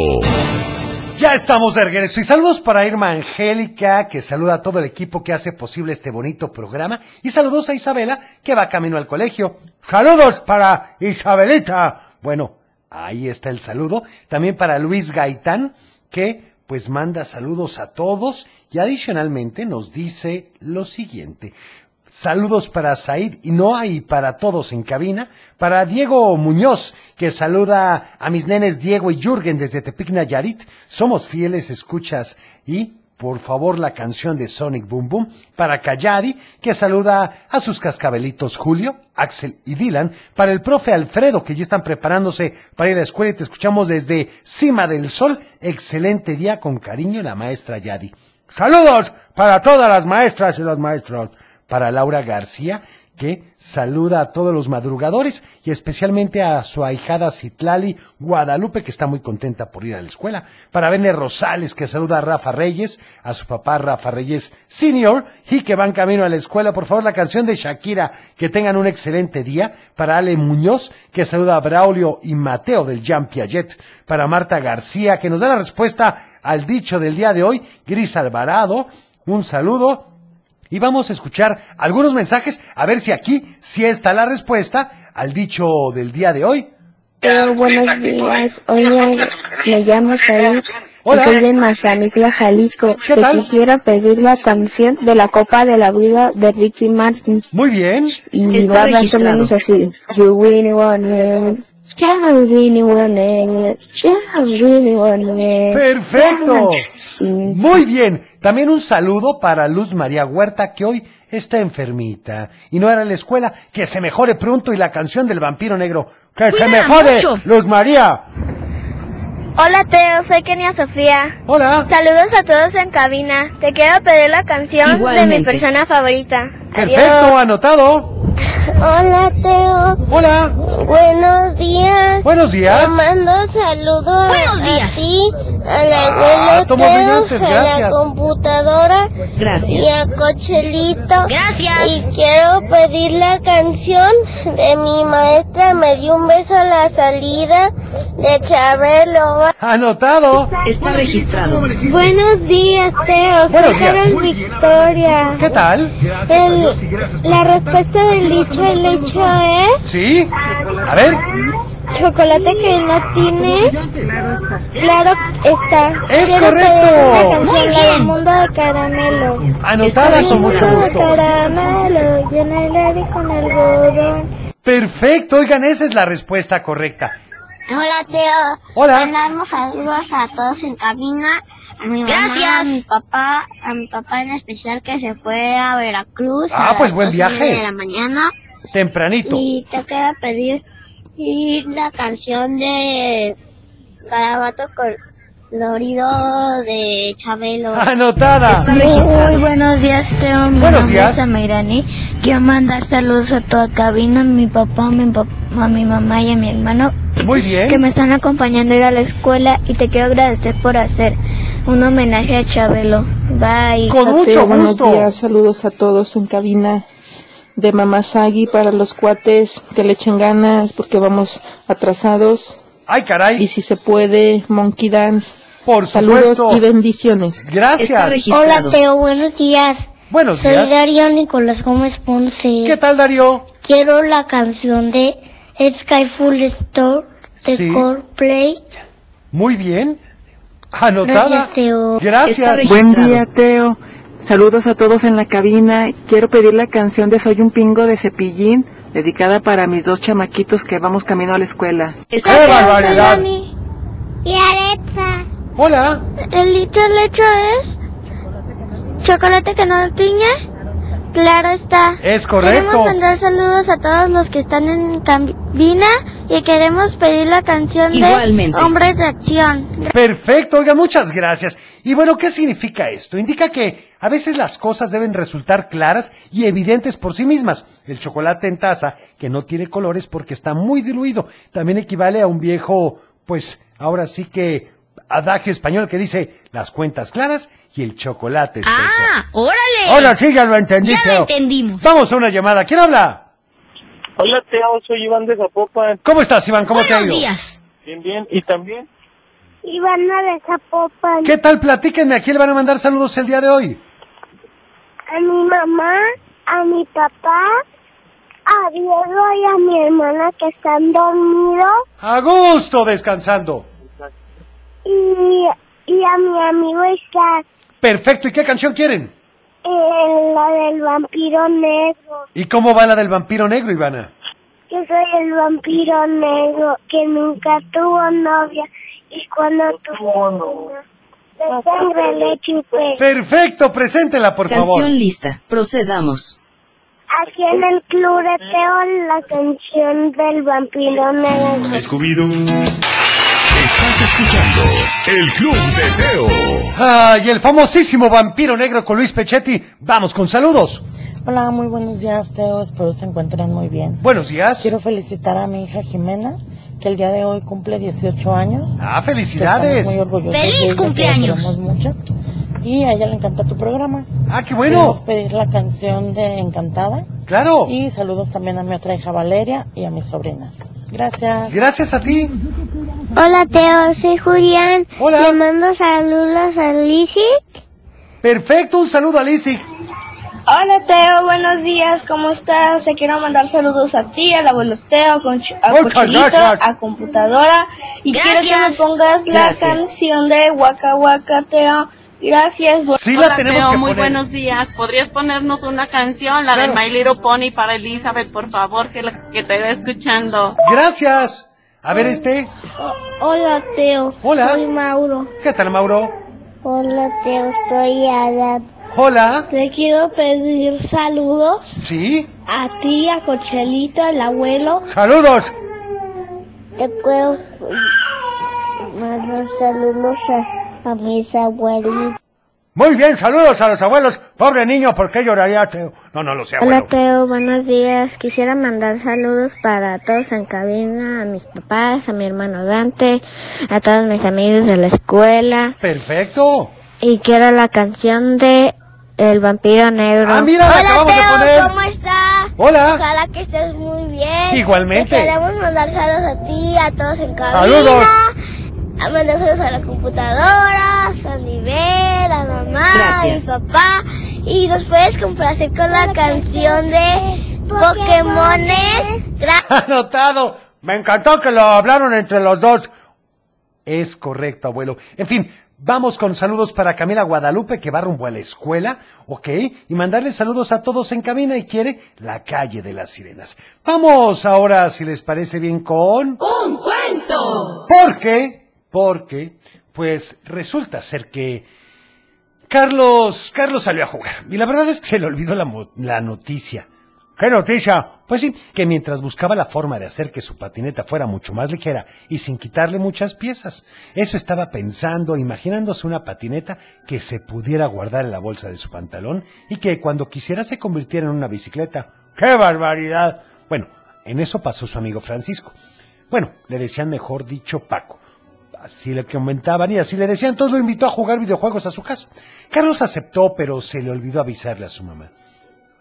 [SPEAKER 3] Ya estamos de regreso y saludos para Irma Angélica, que saluda a todo el equipo que hace posible este bonito programa. Y saludos a Isabela, que va camino al colegio. Saludos para Isabelita. Bueno, ahí está el saludo. También para Luis Gaitán, que pues manda saludos a todos y adicionalmente nos dice lo siguiente. Saludos para Said y Noah y para todos en cabina. Para Diego Muñoz, que saluda a mis nenes Diego y Jürgen desde Tepic Nayarit. Somos fieles escuchas y, por favor, la canción de Sonic Boom Boom. Para Cayadi, que saluda a sus cascabelitos Julio, Axel y Dylan. Para el profe Alfredo, que ya están preparándose para ir a la escuela y te escuchamos desde Cima del Sol. Excelente día con cariño la maestra Yadi. Saludos para todas las maestras y los maestros para Laura García, que saluda a todos los madrugadores y especialmente a su ahijada Citlali Guadalupe, que está muy contenta por ir a la escuela. Para Bene Rosales, que saluda a Rafa Reyes, a su papá Rafa Reyes Senior, y que van camino a la escuela. Por favor, la canción de Shakira, que tengan un excelente día. Para Ale Muñoz, que saluda a Braulio y Mateo del Jean Piaget. Para Marta García, que nos da la respuesta al dicho del día de hoy. Gris Alvarado, un saludo. Y vamos a escuchar algunos mensajes a ver si aquí sí está la respuesta al dicho del día de hoy.
[SPEAKER 7] Teo, buenos días. Hola, me llamo Saúl.
[SPEAKER 3] Hola.
[SPEAKER 7] Y soy de Mazamitla, Jalisco.
[SPEAKER 3] ¿Qué
[SPEAKER 7] Te
[SPEAKER 3] tal?
[SPEAKER 7] quisiera pedir la canción de la Copa de la Vida de Ricky Martin.
[SPEAKER 3] Muy bien.
[SPEAKER 7] Y
[SPEAKER 3] Está
[SPEAKER 7] va más o
[SPEAKER 3] registrado.
[SPEAKER 7] menos así. You really want it. You really want it. You really want it.
[SPEAKER 3] Perfecto. Muy bien. También un saludo para Luz María Huerta que hoy está enfermita y no era la escuela. Que se mejore pronto y la canción del vampiro negro. Que se
[SPEAKER 17] Cuídala
[SPEAKER 3] mejore,
[SPEAKER 17] mucho.
[SPEAKER 3] Luz María.
[SPEAKER 18] Hola Teo, soy Kenia Sofía.
[SPEAKER 3] Hola.
[SPEAKER 18] Saludos a todos en cabina. Te quiero pedir la canción de mi
[SPEAKER 3] Igualmente.
[SPEAKER 18] persona favorita.
[SPEAKER 3] Perfecto, anotado.
[SPEAKER 18] Hola Teo.
[SPEAKER 3] Hola.
[SPEAKER 18] Buenos días.
[SPEAKER 3] Buenos días. Te
[SPEAKER 18] mando saludos
[SPEAKER 19] Buenos a días.
[SPEAKER 18] ti, al
[SPEAKER 3] Ah, abuelo tomó Teo, brillantes, a la gracias.
[SPEAKER 18] computadora
[SPEAKER 19] Gracias.
[SPEAKER 18] y a Cochelito.
[SPEAKER 19] Gracias.
[SPEAKER 18] Y quiero pedir la canción de mi maestra Me dio un beso a la salida de Chabelo.
[SPEAKER 3] Anotado.
[SPEAKER 19] Está registrado.
[SPEAKER 18] Buenos días, Teo.
[SPEAKER 3] Buenos
[SPEAKER 18] Soy
[SPEAKER 3] días.
[SPEAKER 18] Carol Victoria.
[SPEAKER 3] ¿Qué tal?
[SPEAKER 18] El- la respuesta del dicho el hecho es
[SPEAKER 3] ¿Sí? A ver.
[SPEAKER 18] chocolate que no tiene. Claro está.
[SPEAKER 3] Es
[SPEAKER 18] Quiero
[SPEAKER 3] correcto.
[SPEAKER 18] pedir una canción,
[SPEAKER 3] Muy
[SPEAKER 18] la del mundo de caramelo.
[SPEAKER 3] Anotada con mucho
[SPEAKER 18] Mundo de
[SPEAKER 3] gusto.
[SPEAKER 18] Caramelo, llena el aire con algodón.
[SPEAKER 3] Perfecto, oigan, esa es la respuesta correcta.
[SPEAKER 18] Hola, Teo.
[SPEAKER 3] Hola.
[SPEAKER 18] Mandamos saludos a todos en cabina. A mi mamá,
[SPEAKER 19] Gracias.
[SPEAKER 18] a mi papá, a mi papá en especial que se fue a Veracruz.
[SPEAKER 3] Ah,
[SPEAKER 18] a las
[SPEAKER 3] pues buen
[SPEAKER 18] dos y media
[SPEAKER 3] viaje.
[SPEAKER 18] de la mañana.
[SPEAKER 3] Tempranito.
[SPEAKER 18] Y te quiero pedir y la canción de Carabato Colorido de Chabelo.
[SPEAKER 3] Anotada.
[SPEAKER 18] Muy buenos días, Teo. Mi
[SPEAKER 3] Buenos
[SPEAKER 18] nombre
[SPEAKER 3] días.
[SPEAKER 18] es Amairani. Quiero mandar saludos a toda cabina, a mi papá, a mi, pap- a mi mamá y a mi hermano
[SPEAKER 3] Muy
[SPEAKER 18] que
[SPEAKER 3] bien.
[SPEAKER 18] me están acompañando a ir a la escuela y te quiero agradecer por hacer un homenaje a Chabelo. Bye.
[SPEAKER 3] Con mucho gusto.
[SPEAKER 7] saludos a todos en cabina de Mamasagi para los cuates que le echen ganas porque vamos atrasados.
[SPEAKER 3] Ay, caray.
[SPEAKER 7] Y si se puede, Monkey Dance.
[SPEAKER 3] Por supuesto.
[SPEAKER 7] bendiciones.
[SPEAKER 18] Está
[SPEAKER 3] Gracias.
[SPEAKER 18] Hola, Teo, buenos días.
[SPEAKER 3] Buenos
[SPEAKER 18] Soy
[SPEAKER 3] días.
[SPEAKER 18] Darío Nicolás Gómez Ponce.
[SPEAKER 3] ¿Qué tal, Darío?
[SPEAKER 18] Quiero la canción de Skyfall Store de
[SPEAKER 3] Sí.
[SPEAKER 18] Coldplay.
[SPEAKER 3] Muy bien.
[SPEAKER 18] Gracias,
[SPEAKER 3] Anotada.
[SPEAKER 18] Teo.
[SPEAKER 3] Gracias.
[SPEAKER 20] Buen día, Teo. Saludos a todos en la cabina. Quiero pedir la canción de Soy un pingo de cepillín, dedicada para mis dos chamaquitos que vamos camino a la escuela.
[SPEAKER 3] ¡Qué barbaridad!
[SPEAKER 18] Y Aretha.
[SPEAKER 3] Hola.
[SPEAKER 18] El dicho el hecho es chocolate que no tiñe. Claro está.
[SPEAKER 3] Es
[SPEAKER 18] Queremos
[SPEAKER 3] correcto.
[SPEAKER 18] mandar saludos a todos los que están en cabina y queremos pedir la canción
[SPEAKER 19] Igualmente.
[SPEAKER 18] de Hombres de Acción.
[SPEAKER 3] Perfecto, oiga, muchas gracias. Y bueno, ¿qué significa esto? Indica que a veces las cosas deben resultar claras y evidentes por sí mismas. El chocolate en taza, que no tiene colores porque está muy diluido, también equivale a un viejo, pues ahora sí que adagio español que dice las cuentas claras y el chocolate espeso.
[SPEAKER 19] Ah, órale.
[SPEAKER 3] Ahora Oh, sí, ya lo entendí.
[SPEAKER 19] Ya lo
[SPEAKER 3] creo.
[SPEAKER 19] entendimos.
[SPEAKER 3] Vamos a una llamada. ¿Quién habla?
[SPEAKER 21] Hola, Teo, soy Iván de Zapopan.
[SPEAKER 3] ¿Cómo estás, Iván? ¿Cómo te ha
[SPEAKER 19] Buenos
[SPEAKER 3] ido?
[SPEAKER 19] días.
[SPEAKER 21] Bien, bien. ¿Y también?
[SPEAKER 5] Ivana de Zapopan.
[SPEAKER 3] ¿Qué tal? Platíquenme, ¿a quién le van a mandar saludos el día de hoy?
[SPEAKER 5] A mi mamá, a mi papá, a Diego y a mi hermana que están dormidos
[SPEAKER 3] A gusto, descansando.
[SPEAKER 5] y, y a mi amigo Isaac,
[SPEAKER 3] Perfecto, ¿y qué canción quieren?
[SPEAKER 5] eh, la del vampiro negro,
[SPEAKER 3] ¿Y cómo va la del vampiro negro, Ivana?
[SPEAKER 5] Yo soy el vampiro negro que nunca tuvo novia y cuando tuvo una, la sangre le chupé.
[SPEAKER 3] Perfecto, preséntela, por favor.
[SPEAKER 19] Canción lista. Procedamos.
[SPEAKER 5] Aquí en el club de Teo la canción del vampiro negro.
[SPEAKER 2] Scooby-Doo. Estás escuchando El Club de Teo.
[SPEAKER 3] Ay, el famosísimo vampiro negro con Luis Pechetti. Vamos con saludos.
[SPEAKER 22] Hola, muy buenos días, Teo. Espero se encuentren muy bien.
[SPEAKER 3] Buenos días.
[SPEAKER 22] Quiero felicitar a mi hija Jimena, que el día de hoy cumple 18 años.
[SPEAKER 3] Ah,
[SPEAKER 22] que estamos
[SPEAKER 3] felicidades.
[SPEAKER 22] muy orgullosos de
[SPEAKER 19] ¡Feliz
[SPEAKER 22] ella, que la
[SPEAKER 19] cumpleaños!
[SPEAKER 22] queremos mucho. Y a ella le encanta tu programa.
[SPEAKER 3] Ah, qué bueno.
[SPEAKER 22] Queremos pedir la canción de Encantada.
[SPEAKER 3] Claro.
[SPEAKER 22] Y saludos también a mi otra hija Valeria y a mis sobrinas. Gracias.
[SPEAKER 3] Gracias a ti.
[SPEAKER 5] Hola Teo, soy Julián.
[SPEAKER 3] Hola.
[SPEAKER 5] Le mando saludos a Lizzie.
[SPEAKER 3] Perfecto, un saludo a Lizzy.
[SPEAKER 18] Hola Teo, buenos días, ¿cómo estás? Te quiero mandar saludos a ti, al abuelo Teo, a Conch- a
[SPEAKER 3] Muchas
[SPEAKER 18] Cochelito,
[SPEAKER 3] gracias.
[SPEAKER 18] a computadora y quiero que me
[SPEAKER 19] Gracias.
[SPEAKER 18] pongas la
[SPEAKER 19] Gracias.
[SPEAKER 18] canción de Waka Waka Teo. Gracias. bu-
[SPEAKER 3] Sí la tenemos que
[SPEAKER 23] muy
[SPEAKER 3] poner.
[SPEAKER 23] buenos días. ¿Podrías ponernos una canción, la
[SPEAKER 3] Claro.
[SPEAKER 23] de My Little Pony para Elizabeth, por favor, que, la- que te va escuchando?
[SPEAKER 3] Gracias. A ver este.
[SPEAKER 5] Oh, Hola Teo.
[SPEAKER 3] Hola. soy
[SPEAKER 5] Mauro.
[SPEAKER 3] ¿Qué tal, Mauro?
[SPEAKER 5] Hola Teo, soy Adam.
[SPEAKER 3] Hola.
[SPEAKER 5] Te quiero pedir saludos
[SPEAKER 3] Sí.
[SPEAKER 5] a ti, a Cochelito, al abuelo.
[SPEAKER 3] Saludos.
[SPEAKER 5] Te puedo
[SPEAKER 18] mm,
[SPEAKER 24] mando saludos a, a mis abuelitos.
[SPEAKER 8] Muy bien, saludos a los abuelos. Pobre niño, ¿por qué lloraría Teo? No, no lo sé, abuelo.
[SPEAKER 1] Hola Teo, buenos días. Quisiera mandar saludos para todos en cabina, a mis papás, a mi hermano Dante, a todos mis amigos de la escuela.
[SPEAKER 3] Perfecto.
[SPEAKER 1] Y quiero la canción de El vampiro negro.
[SPEAKER 3] Ah, mira, la
[SPEAKER 1] Hola,
[SPEAKER 3] acabamos de
[SPEAKER 1] Teo,
[SPEAKER 3] poner.
[SPEAKER 1] ¿cómo
[SPEAKER 24] está?
[SPEAKER 3] Hola.
[SPEAKER 24] Ojalá que estés muy bien.
[SPEAKER 3] Igualmente.
[SPEAKER 24] Te queremos mandar saludos a ti, a todos en cabina.
[SPEAKER 3] Saludos.
[SPEAKER 24] A mandar saludos a la computadora, a Sanibel, a mamá,
[SPEAKER 9] Gracias.
[SPEAKER 24] a mi papá. Y nos puedes complacer con la canción de Pokémones.
[SPEAKER 3] Anotado.
[SPEAKER 8] Me encantó que lo hablaron entre los dos.
[SPEAKER 3] Es correcto, abuelo. En fin, vamos con saludos para Camila Guadalupe, que va rumbo a la escuela, ¿ok? Y mandarle saludos a todos en cabina y quiere la calle de las sirenas. Vamos ahora, si les parece bien, con...
[SPEAKER 10] ¡Un cuento!
[SPEAKER 3] ¿Por qué? Porque, pues resulta ser que Carlos, Carlos salió a jugar. Y la verdad es que se le olvidó la, mo- la noticia. ¿Qué noticia? Pues sí, que mientras buscaba la forma de hacer que su patineta fuera mucho más ligera y sin quitarle muchas piezas, eso estaba pensando, imaginándose una patineta que se pudiera guardar en la bolsa de su pantalón y que cuando quisiera se convirtiera en una bicicleta. ¡Qué barbaridad! Bueno, en eso pasó su amigo Francisco. Bueno, le decían mejor dicho Paco. Así le comentaban y así le decían, entonces lo invitó a jugar videojuegos a su casa. Carlos aceptó, pero se le olvidó avisarle a su mamá.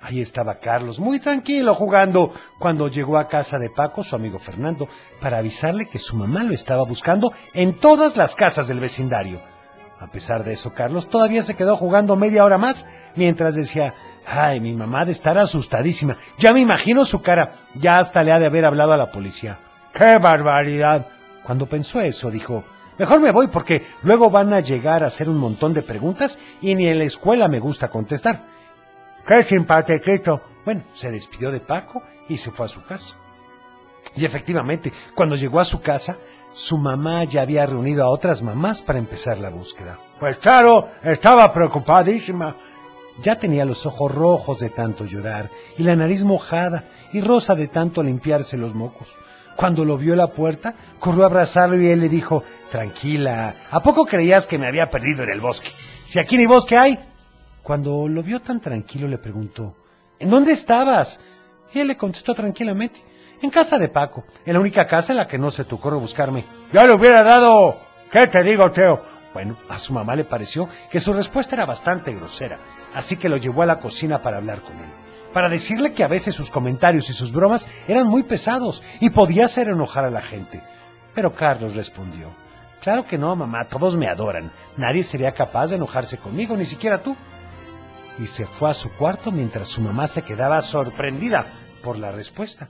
[SPEAKER 3] Ahí estaba Carlos, muy tranquilo jugando, cuando llegó a casa de Paco, su amigo Fernando, para avisarle que su mamá lo estaba buscando en todas las casas del vecindario. A pesar de eso, Carlos todavía se quedó jugando media hora más, mientras decía, ay, mi mamá ha de estar asustadísima, ya me imagino su cara, ya hasta le ha de haber hablado a la policía. ¡Qué barbaridad! Cuando pensó eso, dijo, mejor me voy porque luego van a llegar a hacer un montón de preguntas y ni en la escuela me gusta contestar. ¡Qué simpatequito! Bueno, se despidió de Paco y se fue a su casa. Y efectivamente, cuando llegó a su casa, su mamá ya había reunido a otras mamás para empezar la búsqueda.
[SPEAKER 8] Pues claro, estaba preocupadísima.
[SPEAKER 3] Ya tenía los ojos rojos de tanto llorar y la nariz mojada y rosa de tanto limpiarse los mocos. Cuando lo vio en la puerta, corrió a abrazarlo y él le dijo, Tranquila, ¿a poco creías que me había perdido en el bosque? Si aquí ni bosque hay. Cuando lo vio tan tranquilo le preguntó, ¿En dónde estabas? Y él le contestó tranquilamente, en casa de Paco, en la única casa en la que no se te ocurre buscarme.
[SPEAKER 8] Ya le hubiera dado... ¿Qué te digo, Teo?
[SPEAKER 3] Bueno, a su mamá le pareció que su respuesta era bastante grosera, así que lo llevó a la cocina para hablar con él, para decirle que a veces sus comentarios y sus bromas eran muy pesados y podía hacer enojar a la gente. Pero Carlos respondió, Claro que no, mamá, todos me adoran, nadie sería capaz de enojarse conmigo, ni siquiera tú. Y se fue a su cuarto mientras su mamá se quedaba sorprendida por la respuesta.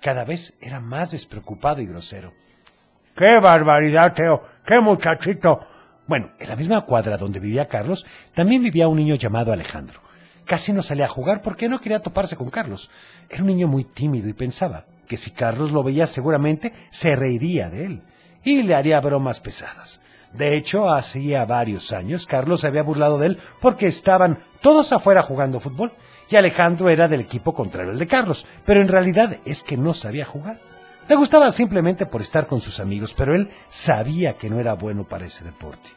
[SPEAKER 3] Cada vez era más despreocupado y grosero.
[SPEAKER 8] ¡Qué barbaridad, Teo! ¡Qué muchachito!
[SPEAKER 3] Bueno, en la misma cuadra donde vivía Carlos, también vivía un niño llamado Alejandro. Casi no salía a jugar porque no quería toparse con Carlos. Era un niño muy tímido y pensaba que si Carlos lo veía seguramente se reiría de él y le haría bromas pesadas. De hecho, hacía varios años Carlos se había burlado de él porque estaban todos afuera jugando fútbol y Alejandro era del equipo contrario al de Carlos, pero en realidad es que no sabía jugar. Le gustaba simplemente por estar con sus amigos, pero él sabía que no era bueno para ese deporte.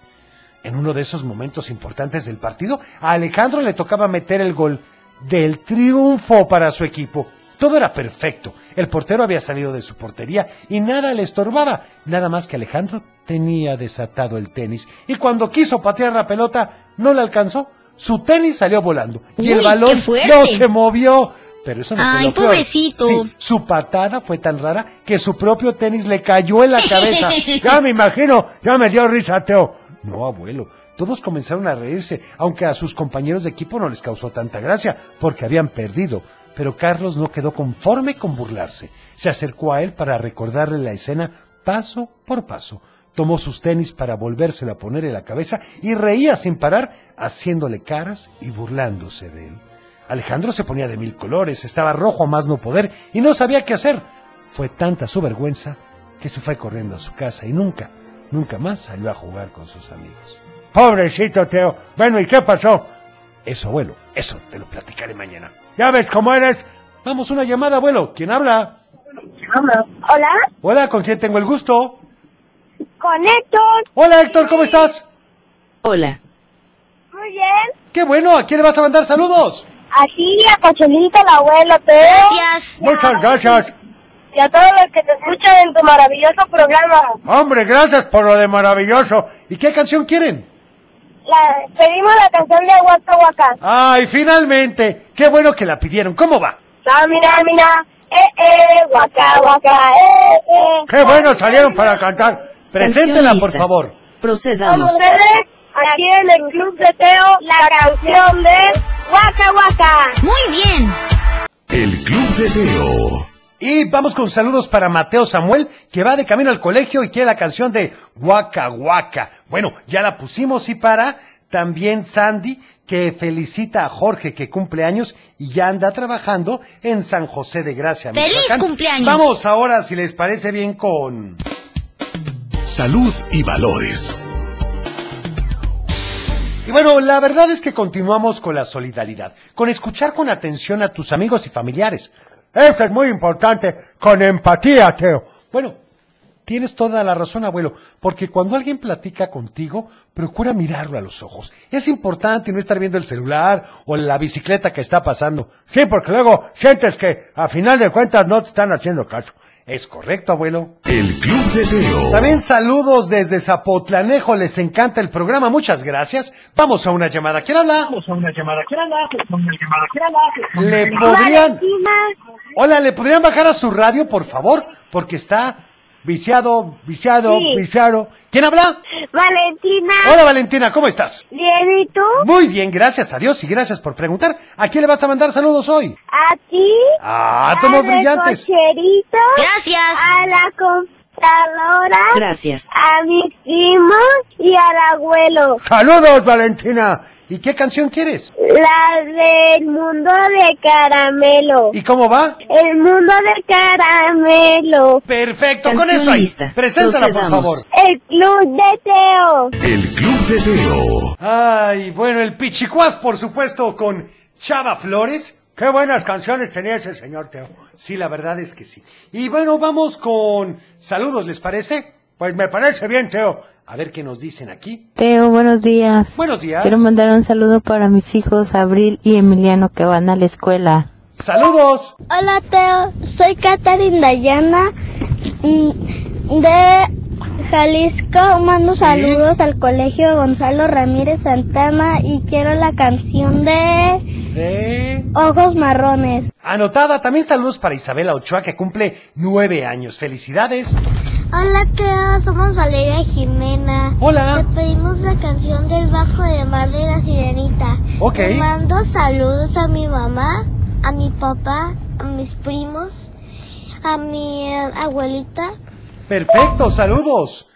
[SPEAKER 3] En uno de esos momentos importantes del partido, a Alejandro le tocaba meter el gol del triunfo para su equipo. Todo era perfecto. El portero había salido de su portería y nada le estorbaba. Nada más que Alejandro tenía desatado el tenis y cuando quiso patear la pelota no la alcanzó. Su tenis salió volando y el
[SPEAKER 25] Uy,
[SPEAKER 3] balón
[SPEAKER 25] qué fuerte.
[SPEAKER 3] no se movió. Pero eso no fue
[SPEAKER 25] Ay,
[SPEAKER 3] lo peor.
[SPEAKER 25] pobrecito.
[SPEAKER 3] Sí, su patada fue tan rara que su propio tenis le cayó en la cabeza. ya me imagino, ya me dio risa, Teo. No, abuelo. Todos comenzaron a reírse, aunque a sus compañeros de equipo no les causó tanta gracia, porque habían perdido. Pero Carlos no quedó conforme con burlarse. Se acercó a él para recordarle la escena paso por paso. Tomó sus tenis para volvérselo a poner en la cabeza y reía sin parar, haciéndole caras y burlándose de él. Alejandro se ponía de mil colores, estaba rojo a más no poder y no sabía qué hacer. Fue tanta su vergüenza que se fue corriendo a su casa y nunca, nunca más salió a jugar con sus amigos.
[SPEAKER 8] Pobrecito, Teo. Bueno, ¿y qué pasó?
[SPEAKER 3] Eso, abuelo, eso te lo platicaré mañana.
[SPEAKER 8] ¿Ya ves cómo eres?
[SPEAKER 3] Vamos, una llamada, abuelo. ¿Quién habla?
[SPEAKER 18] Hola,
[SPEAKER 3] Hola, ¿con quién tengo el gusto?
[SPEAKER 5] con Héctor.
[SPEAKER 3] Hola Héctor, ¿cómo estás?
[SPEAKER 26] Hola.
[SPEAKER 5] Muy bien.
[SPEAKER 3] Qué bueno, ¿a quién le vas a mandar saludos?
[SPEAKER 5] A ti, a Cochelito, el abuelo, Teo. Gracias.
[SPEAKER 3] Muchas gracias.
[SPEAKER 5] Y a todos los que te escuchan en tu maravilloso programa.
[SPEAKER 3] Hombre, gracias por lo de maravilloso. ¿Y qué canción quieren?
[SPEAKER 5] La- pedimos la canción de Huaca Huaca.
[SPEAKER 3] Ay, finalmente. Qué bueno que la pidieron. ¿Cómo va?
[SPEAKER 5] La Ah, mira, mira. Eh, eh, Huaca Huaca. Eh, eh.
[SPEAKER 3] Qué bueno salieron para cantar. Preséntela, por
[SPEAKER 26] lista.
[SPEAKER 3] favor.
[SPEAKER 5] Con
[SPEAKER 26] Procedamos.
[SPEAKER 5] ustedes, aquí en el Club de Teo, la canción de Huaca Huaca. Muy bien.
[SPEAKER 2] El Club de Teo.
[SPEAKER 3] Y vamos con saludos para Mateo Samuel, que va de camino al colegio y quiere la canción de Waka Waka. Bueno, ya la pusimos y para también Sandy, que felicita a Jorge, que cumple años y ya anda trabajando en San José de Gracia.
[SPEAKER 27] ¡Feliz
[SPEAKER 3] Michoacán.
[SPEAKER 27] cumpleaños!
[SPEAKER 3] Vamos ahora, si les parece bien, con...
[SPEAKER 2] Salud y valores.
[SPEAKER 3] Y bueno, la verdad es que continuamos con la solidaridad, con escuchar con atención a tus amigos y familiares. Eso es muy importante, con empatía, Teo. Bueno, tienes toda la razón, abuelo, porque cuando alguien platica contigo, procura mirarlo a los ojos. Es importante no estar viendo el celular o la bicicleta que está pasando. Sí, porque luego sientes que a final de cuentas no te están haciendo caso. Es correcto, abuelo.
[SPEAKER 2] El Club de Teo.
[SPEAKER 3] También saludos desde Zapotlanejo, les encanta el programa, muchas gracias. Vamos a una llamada, ¿quién habla? Vamos a una llamada, ¿quién habla? Le podrían... Hola, ¿le podrían bajar a su radio, por favor? Porque está viciado, viciado,
[SPEAKER 5] Sí.
[SPEAKER 3] viciado. ¿Quién habla?
[SPEAKER 5] Valentina.
[SPEAKER 3] Hola, Valentina, ¿cómo estás?
[SPEAKER 5] Bien, ¿y tú?
[SPEAKER 3] Muy bien, gracias a Dios y gracias por preguntar. ¿A quién le vas a mandar saludos hoy?
[SPEAKER 5] ¿A ti?
[SPEAKER 3] Ah, tomó
[SPEAKER 5] al
[SPEAKER 3] brillantes.
[SPEAKER 5] cocherito, A la computadora.
[SPEAKER 3] Gracias.
[SPEAKER 5] A mis primos y al abuelo.
[SPEAKER 3] Saludos, Valentina. ¿Y qué canción quieres?
[SPEAKER 5] La del mundo de caramelo.
[SPEAKER 3] ¿Y cómo va?
[SPEAKER 5] El mundo de caramelo.
[SPEAKER 3] Perfecto, con eso ahí. Preséntala, por favor.
[SPEAKER 5] El club de Teo.
[SPEAKER 2] El Club de Teo.
[SPEAKER 3] Ay, bueno, el Pichicuás, por supuesto, con Chava Flores. Qué buenas canciones tenía ese señor Teo. Sí, la verdad es que sí. Y bueno, vamos con saludos, ¿les parece? Pues me parece bien, Teo. A ver qué nos dicen aquí.
[SPEAKER 7] Teo, buenos días.
[SPEAKER 3] Buenos días.
[SPEAKER 7] Quiero mandar un saludo para mis hijos Abril y Emiliano que van a la escuela.
[SPEAKER 3] Saludos.
[SPEAKER 18] Hola Teo, soy Catherine Dayana mm, de Jalisco. Mando saludos al colegio Gonzalo Ramírez Santana y quiero la canción de Ojos Marrones.
[SPEAKER 3] Anotada, también saludos para Isabela Ochoa, que cumple nueve años. Felicidades.
[SPEAKER 18] Hola Teo, somos Valeria y Jimena.
[SPEAKER 3] Hola.
[SPEAKER 18] Te pedimos la canción del bajo de mar de la sirenita.
[SPEAKER 3] Ok.
[SPEAKER 18] Te mando saludos a mi mamá, a mi papá, a mis primos, a mi eh, abuelita.
[SPEAKER 3] Perfecto, saludos.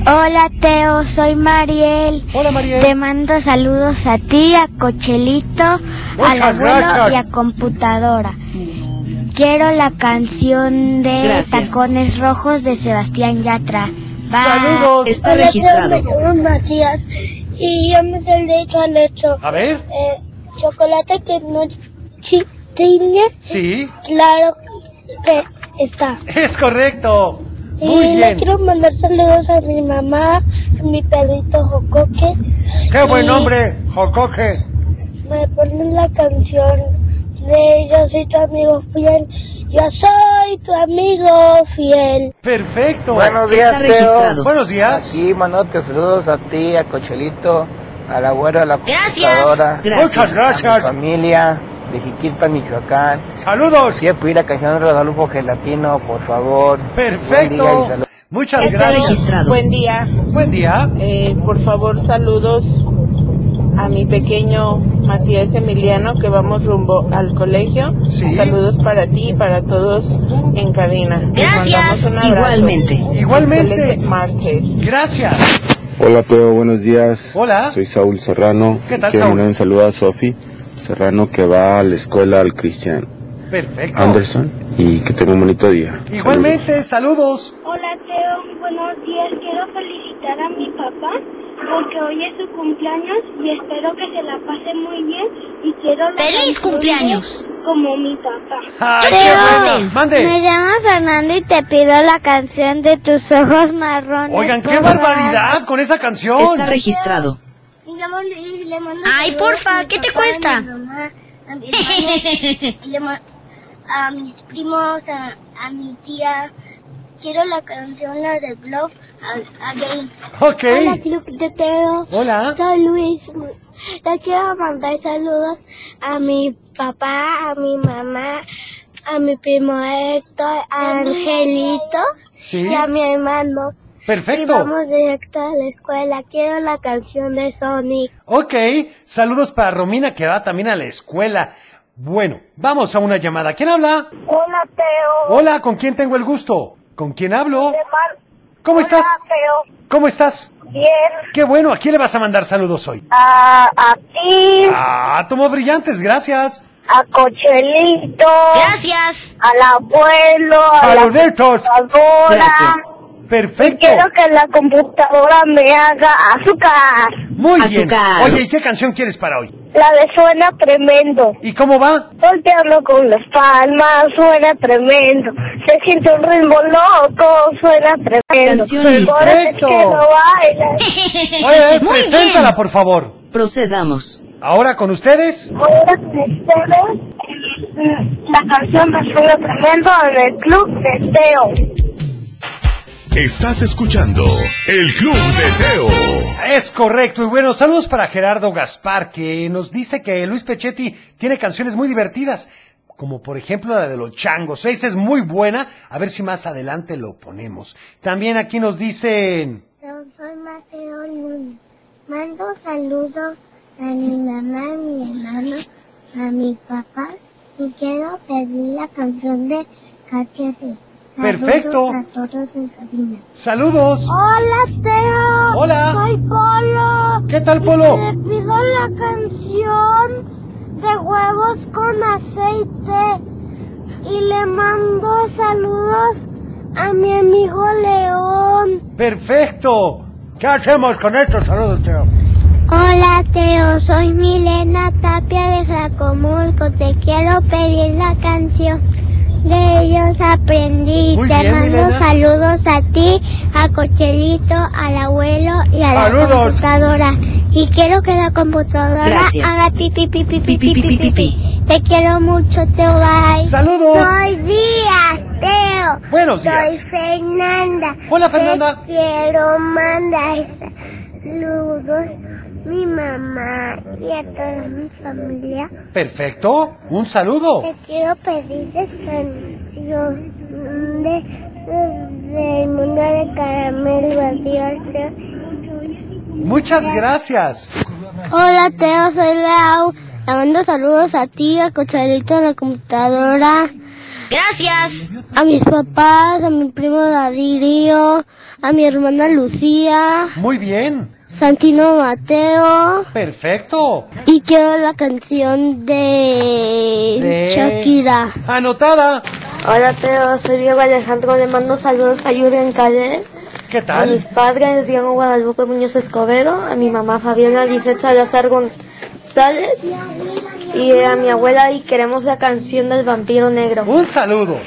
[SPEAKER 18] Hola Teo, soy Mariel.
[SPEAKER 3] Hola Mariel.
[SPEAKER 18] Te mando saludos a ti, a Cochelito, al abuelo
[SPEAKER 5] gracias.
[SPEAKER 18] y a computadora. Quiero la canción de
[SPEAKER 5] Gracias.
[SPEAKER 18] Tacones Rojos de Sebastián Yatra. Bye.
[SPEAKER 5] Saludos. Está Hola, registrado. Teo, Matías.
[SPEAKER 18] Y yo me salí de hecho al hecho.
[SPEAKER 3] A ver.
[SPEAKER 18] chocolate que no tiene.
[SPEAKER 3] Sí,
[SPEAKER 18] Claro que está.
[SPEAKER 3] es correcto. Muy
[SPEAKER 18] y le
[SPEAKER 3] bien.
[SPEAKER 18] quiero mandar saludos a mi mamá, a mi perrito Jocoque.
[SPEAKER 3] Qué buen
[SPEAKER 18] Y
[SPEAKER 3] nombre, Jocoque.
[SPEAKER 18] Me ponen la canción de Yo soy tu amigo fiel. Yo soy tu amigo fiel.
[SPEAKER 3] Perfecto.
[SPEAKER 6] Buenos días,
[SPEAKER 18] Está registrado.
[SPEAKER 6] Teo.
[SPEAKER 3] Buenos días.
[SPEAKER 6] Aquí, Manote, saludos a ti, a Cochelito, a la abuela, a la
[SPEAKER 18] Gracias.
[SPEAKER 6] computadora.
[SPEAKER 18] Gracias. Muchas
[SPEAKER 6] gracias. A mi familia de Jiquilpa, Michoacán.
[SPEAKER 3] Saludos.
[SPEAKER 6] Quiero pedir la canción de Rodolfo Gelatino, por favor.
[SPEAKER 3] Perfecto. Muchas
[SPEAKER 6] Está gracias.
[SPEAKER 3] registrado.
[SPEAKER 7] Buen día. Eh,
[SPEAKER 3] Buen día.
[SPEAKER 7] por favor, saludos a mi pequeño Matías Emiliano que vamos rumbo al colegio. Saludos para ti y para todos en cabina. Te mandamos un abrazo.
[SPEAKER 3] Igualmente.
[SPEAKER 7] Excelente martes.
[SPEAKER 3] Gracias.
[SPEAKER 28] Hola Teo, buenos días.
[SPEAKER 3] Hola.
[SPEAKER 28] Soy Saúl Serrano.
[SPEAKER 3] ¿Qué tal,
[SPEAKER 28] Quiero
[SPEAKER 3] Saúl?
[SPEAKER 28] mandar un saludo a Sofi Serrano que va a la escuela al Cristian
[SPEAKER 3] Oh. Perfecto.
[SPEAKER 28] Anderson y que tenga un bonito día.
[SPEAKER 3] Igualmente, saludos.
[SPEAKER 5] Hola Teo, buenos días. Quiero felicitar a mi papá porque hoy es su cumpleaños y espero que se la pase muy bien y quiero la
[SPEAKER 18] ¡Feliz
[SPEAKER 5] canción de
[SPEAKER 18] cumpleaños!
[SPEAKER 5] como mi papá.
[SPEAKER 3] Ay,
[SPEAKER 18] Teo,
[SPEAKER 3] qué bueno. Mande.
[SPEAKER 18] Me llamo
[SPEAKER 5] Fernando y te pido la canción de tus ojos marrones.
[SPEAKER 3] Oigan, qué
[SPEAKER 5] por
[SPEAKER 3] barbaridad con esa canción.
[SPEAKER 5] Está registrado.
[SPEAKER 4] Ay, porfa, ¿qué te cuesta?
[SPEAKER 18] a mis hermanos, y le ma- a mis primos, a, a mi tía. Quiero la canción, la de Bluff, a, a Gay.
[SPEAKER 3] Ok.
[SPEAKER 18] Hola, Club de Teo.
[SPEAKER 3] Hola.
[SPEAKER 18] Soy Luis. Le quiero mandar saludos a mi papá, a mi mamá, a mi primo Héctor, a Angelito
[SPEAKER 3] Sí.
[SPEAKER 18] y a mi hermano. Y
[SPEAKER 3] Perfecto.
[SPEAKER 18] vamos directo a la escuela. Quiero la canción de Sonic.
[SPEAKER 3] Ok, saludos para Romina que va también a la escuela. Bueno, vamos a una llamada. ¿Quién habla?
[SPEAKER 18] Hola, Teo.
[SPEAKER 3] Hola, ¿con quién tengo el gusto? ¿Con quién hablo? ¿Cómo estás? ¿Cómo estás?
[SPEAKER 18] Bien.
[SPEAKER 3] Qué bueno, ¿a quién le vas a mandar saludos hoy?
[SPEAKER 18] A, a ti,
[SPEAKER 3] Ah, tomó brillantes, gracias.
[SPEAKER 18] a Cochelito.
[SPEAKER 4] Gracias.
[SPEAKER 18] Al abuelo, a la
[SPEAKER 3] Saluditos.
[SPEAKER 18] computadora.
[SPEAKER 3] Gracias. Perfecto.
[SPEAKER 18] Quiero que la computadora me haga azúcar.
[SPEAKER 3] Muy bien. Oye, ¿y qué canción quieres para hoy?
[SPEAKER 18] La de suena tremendo.
[SPEAKER 3] ¿Y cómo va?
[SPEAKER 18] Voltearlo con las palmas, suena tremendo. Se siente un ritmo loco, suena tremendo.
[SPEAKER 9] Canción
[SPEAKER 18] Por eso es
[SPEAKER 9] perfecto.
[SPEAKER 18] que no baila.
[SPEAKER 3] Oye, eh, preséntala, por favor.
[SPEAKER 9] Procedamos.
[SPEAKER 3] Ahora con ustedes.
[SPEAKER 18] Ahora con ustedes, mm, la canción de suena tremendo en el club de Teo.
[SPEAKER 2] Estás escuchando El Club de Teo.
[SPEAKER 3] Es correcto. Y bueno, saludos para Gerardo Gaspar, que nos dice que Luis Pechetti tiene canciones muy divertidas, como por ejemplo la de los changos. Esa es muy buena. A ver si más adelante lo ponemos. También aquí nos dicen.
[SPEAKER 18] Yo soy Mateo Luna. Mando saludos a mi mamá, a mi hermano, a mi papá y quiero pedir la canción de Cachete. Saludos
[SPEAKER 3] Perfecto.
[SPEAKER 18] A todos en cabina.
[SPEAKER 3] ¡Saludos!
[SPEAKER 18] Hola, Teo.
[SPEAKER 3] Hola.
[SPEAKER 18] Soy Polo.
[SPEAKER 3] ¿Qué tal, Polo?
[SPEAKER 18] Y te pido la canción de huevos con aceite. Y le mando saludos a mi amigo León.
[SPEAKER 3] ¡Perfecto! ¿Qué hacemos con estos saludos, Teo?
[SPEAKER 18] Hola Teo, soy Milena Tapia de Jacomulco. Te quiero pedir la canción de ellos aprendí.
[SPEAKER 3] Muy
[SPEAKER 18] Te
[SPEAKER 3] bien,
[SPEAKER 18] mando
[SPEAKER 3] Milena.
[SPEAKER 18] saludos a ti, a Cochelito, al abuelo y a
[SPEAKER 3] Saludos.
[SPEAKER 18] la computadora. Y quiero que la computadora
[SPEAKER 3] Gracias.
[SPEAKER 18] haga pi pi pi pi pi pi pi pi, pi. Te quiero mucho, Teo. Bye.
[SPEAKER 3] Saludos.
[SPEAKER 18] Buenos días, Teo.
[SPEAKER 3] Buenos días.
[SPEAKER 18] Soy Fernanda.
[SPEAKER 3] Hola, Fernanda.
[SPEAKER 18] Te quiero mandar saludos mi mamá y a toda mi familia.
[SPEAKER 3] Perfecto. Un saludo.
[SPEAKER 18] Te quiero pedir canción de, del mundo de caramelo. Adiós, Teo.
[SPEAKER 3] Muchas gracias.
[SPEAKER 5] Hola, Teo, soy Lau. Le mando saludos a ti, a Cocharito, a la computadora. Gracias. A mis papás, a mi primo Dadirio, a mi hermana Lucía,
[SPEAKER 3] Muy bien.
[SPEAKER 5] Santino Mateo.
[SPEAKER 3] Perfecto.
[SPEAKER 5] Y quiero la canción de,
[SPEAKER 3] De-
[SPEAKER 5] Shakira.
[SPEAKER 3] Anotada.
[SPEAKER 7] Hola Teo, soy Diego Alejandro, le mando saludos a Yuren Calé,
[SPEAKER 3] ¿Qué
[SPEAKER 7] a mis
[SPEAKER 3] tal?
[SPEAKER 7] padres Diego Guadalupe Muñoz Escobedo, a mi mamá Fabiola Lizeth Salazar González y a mi abuela y queremos la canción del vampiro negro.
[SPEAKER 3] Un saludo.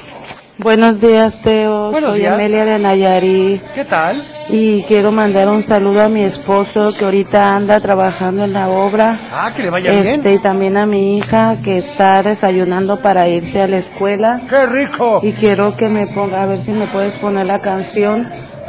[SPEAKER 11] Buenos días, Teo.
[SPEAKER 7] Buenos
[SPEAKER 11] Soy
[SPEAKER 7] días.
[SPEAKER 11] Amelia de Nayarit.
[SPEAKER 3] ¿Qué tal?
[SPEAKER 11] Y quiero mandar un saludo a mi esposo que ahorita anda trabajando en la obra.
[SPEAKER 3] Ah, que le vaya bien.
[SPEAKER 11] Este, y también a mi hija que está desayunando para irse a la escuela.
[SPEAKER 3] ¡Qué rico!
[SPEAKER 11] Y quiero que me ponga, a ver si me puedes poner la canción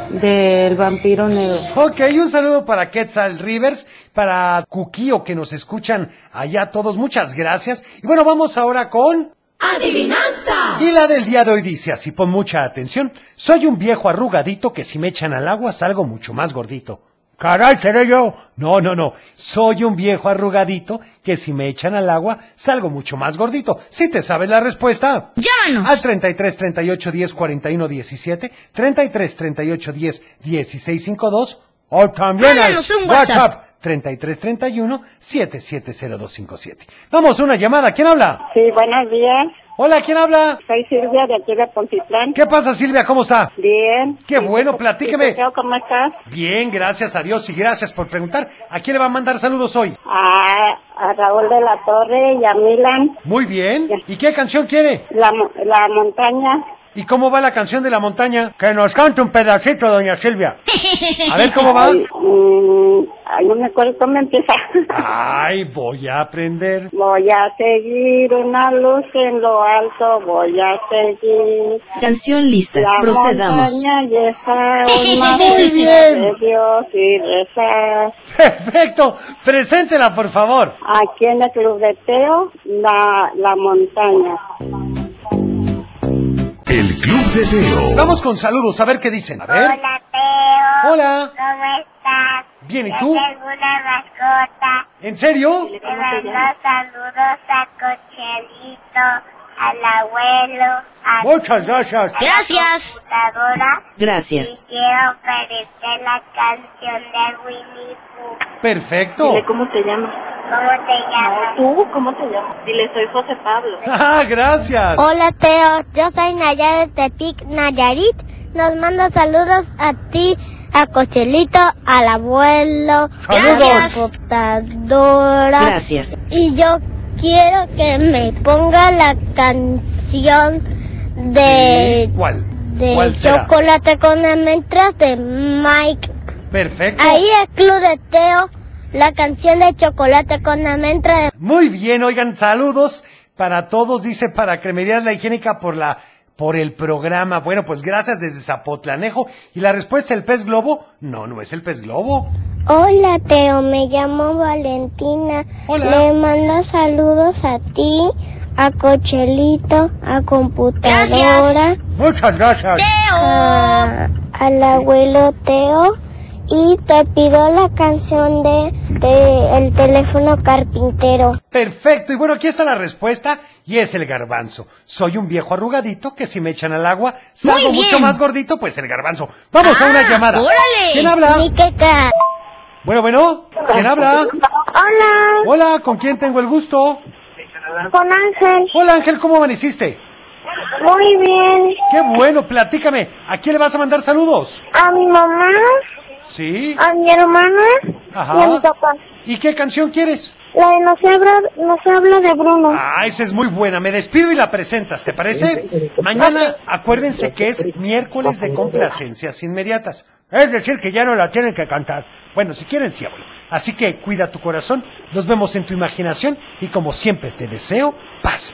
[SPEAKER 11] del vampiro negro.
[SPEAKER 3] Ok, un saludo para Quetzal Rivers, para Cuquío que nos escuchan allá todos. Muchas gracias. Y bueno, vamos ahora con...
[SPEAKER 29] ¡Adivinanza!
[SPEAKER 3] Y la del día de hoy dice así, pon mucha atención. Soy un viejo arrugadito que si me echan al agua salgo mucho más gordito. Caray, seré yo. No, no, no. Soy un viejo arrugadito que si me echan al agua salgo mucho más gordito. Si te sabes la respuesta.
[SPEAKER 4] Llámanos.
[SPEAKER 3] Al 33 38 10 41 17, 33 38 10 16 52 o también al
[SPEAKER 4] Mándanos un WhatsApp.
[SPEAKER 3] 33 31 770257. Vamos, una llamada. ¿Quién habla?
[SPEAKER 30] Sí, buenos días.
[SPEAKER 3] Hola, ¿quién habla?
[SPEAKER 30] Soy Silvia de aquí de Pontitlán.
[SPEAKER 3] ¿Qué pasa, Silvia? ¿Cómo está?
[SPEAKER 30] Bien.
[SPEAKER 3] Qué bueno, platíqueme.
[SPEAKER 30] ¿Cómo estás?
[SPEAKER 3] Bien, gracias a Dios y gracias por preguntar. ¿A quién le va a mandar saludos hoy?
[SPEAKER 30] A, a Raúl de la Torre y a Milan.
[SPEAKER 3] Muy bien. ¿Y qué canción quiere?
[SPEAKER 30] La, mo- la montaña.
[SPEAKER 8] ¿Y cómo va la canción de la montaña? Que nos cante un pedacito, doña Silvia. A ver cómo va.
[SPEAKER 30] Ay, mm, ay, no me acuerdo cómo empieza.
[SPEAKER 8] Ay, voy a aprender.
[SPEAKER 30] Voy a seguir una luz en lo alto, voy a seguir.
[SPEAKER 9] Canción lista,
[SPEAKER 30] La
[SPEAKER 9] procedamos.
[SPEAKER 30] montaña y esa alma
[SPEAKER 8] Muy bien.
[SPEAKER 30] de Dios y rezar.
[SPEAKER 8] Perfecto. Preséntela, por favor.
[SPEAKER 30] Aquí en el Club de Teo, la, la montaña.
[SPEAKER 2] El Club de Teo.
[SPEAKER 3] Vamos con saludos, a ver qué dicen. A ver.
[SPEAKER 4] Hola, Teo.
[SPEAKER 3] Hola.
[SPEAKER 4] ¿Cómo estás?
[SPEAKER 3] Bien, ¿y
[SPEAKER 4] Yo
[SPEAKER 3] tú?
[SPEAKER 4] tengo una mascota.
[SPEAKER 3] ¿En serio?
[SPEAKER 4] Le mando saludos a Cochelito, al abuelo, a
[SPEAKER 8] Muchas gracias.
[SPEAKER 4] a la computadora.
[SPEAKER 9] Gracias.
[SPEAKER 4] Y quiero ofrecer la canción de Winnie Pooh.
[SPEAKER 3] Perfecto.
[SPEAKER 4] cómo te llamas. ¿Cómo te llamas? ¿Tú? ¿Cómo te llamas? Dile, soy José Pablo.
[SPEAKER 3] Ah, gracias.
[SPEAKER 18] Hola Teo, yo soy Nayar de Tepic, Nayarit. Nos manda saludos a ti, a Cochelito, al abuelo,
[SPEAKER 9] Saludos.
[SPEAKER 18] a la computadora.
[SPEAKER 9] Gracias.
[SPEAKER 18] Y yo quiero que me ponga la canción de,
[SPEAKER 3] ¿Cuál?
[SPEAKER 18] de
[SPEAKER 3] ¿Cuál será?
[SPEAKER 18] Chocolate con almendras de Mike.
[SPEAKER 3] Perfecto.
[SPEAKER 18] Ahí el club de Teo, la canción de Chocolate con almendras de
[SPEAKER 3] Muy bien, oigan, saludos para todos, dice para Cremerías La Higiénica por la por el programa. Bueno, pues gracias desde Zapotlanejo. Y la respuesta, el pez globo, no, no es el pez globo.
[SPEAKER 18] Hola Teo, me llamo Valentina. Le mando saludos a ti, a Cochelito, a Computadora,
[SPEAKER 8] Muchas gracias.
[SPEAKER 18] a- al abuelo Teo y te pido la canción de, de El teléfono carpintero.
[SPEAKER 3] Perfecto, y bueno, aquí está la respuesta, y es el garbanzo. Soy un viejo arrugadito que si me echan al agua, salgo
[SPEAKER 18] Muy bien.
[SPEAKER 3] mucho más gordito, pues el garbanzo. Vamos a una
[SPEAKER 18] Ah,
[SPEAKER 3] llamada.
[SPEAKER 18] órale.
[SPEAKER 3] ¿Quién habla?
[SPEAKER 18] Miqueca.
[SPEAKER 3] Bueno, bueno, ¿quién habla?
[SPEAKER 18] Hola,
[SPEAKER 3] Hola, ¿con quién tengo el gusto?
[SPEAKER 18] con Ángel.
[SPEAKER 3] Hola Ángel, ¿cómo amaneciste?
[SPEAKER 18] Muy bien.
[SPEAKER 3] Qué bueno, platícame. ¿A quién le vas a mandar saludos?
[SPEAKER 18] A mi mamá,
[SPEAKER 3] Sí.
[SPEAKER 18] a mi hermana
[SPEAKER 3] Ajá.
[SPEAKER 18] y a mi papá.
[SPEAKER 3] ¿Y qué canción quieres?
[SPEAKER 18] La de nos habla, nos habla de Bruno.
[SPEAKER 3] Ah, esa es muy buena. Me despido y la presentas, ¿te parece? Mañana, acuérdense que es miércoles de complacencias inmediatas.
[SPEAKER 8] Es decir, que ya no la tienen que cantar.
[SPEAKER 3] Bueno, si quieren, sí, abuelo. Así que cuida tu corazón, nos vemos en tu imaginación y como siempre te deseo paz.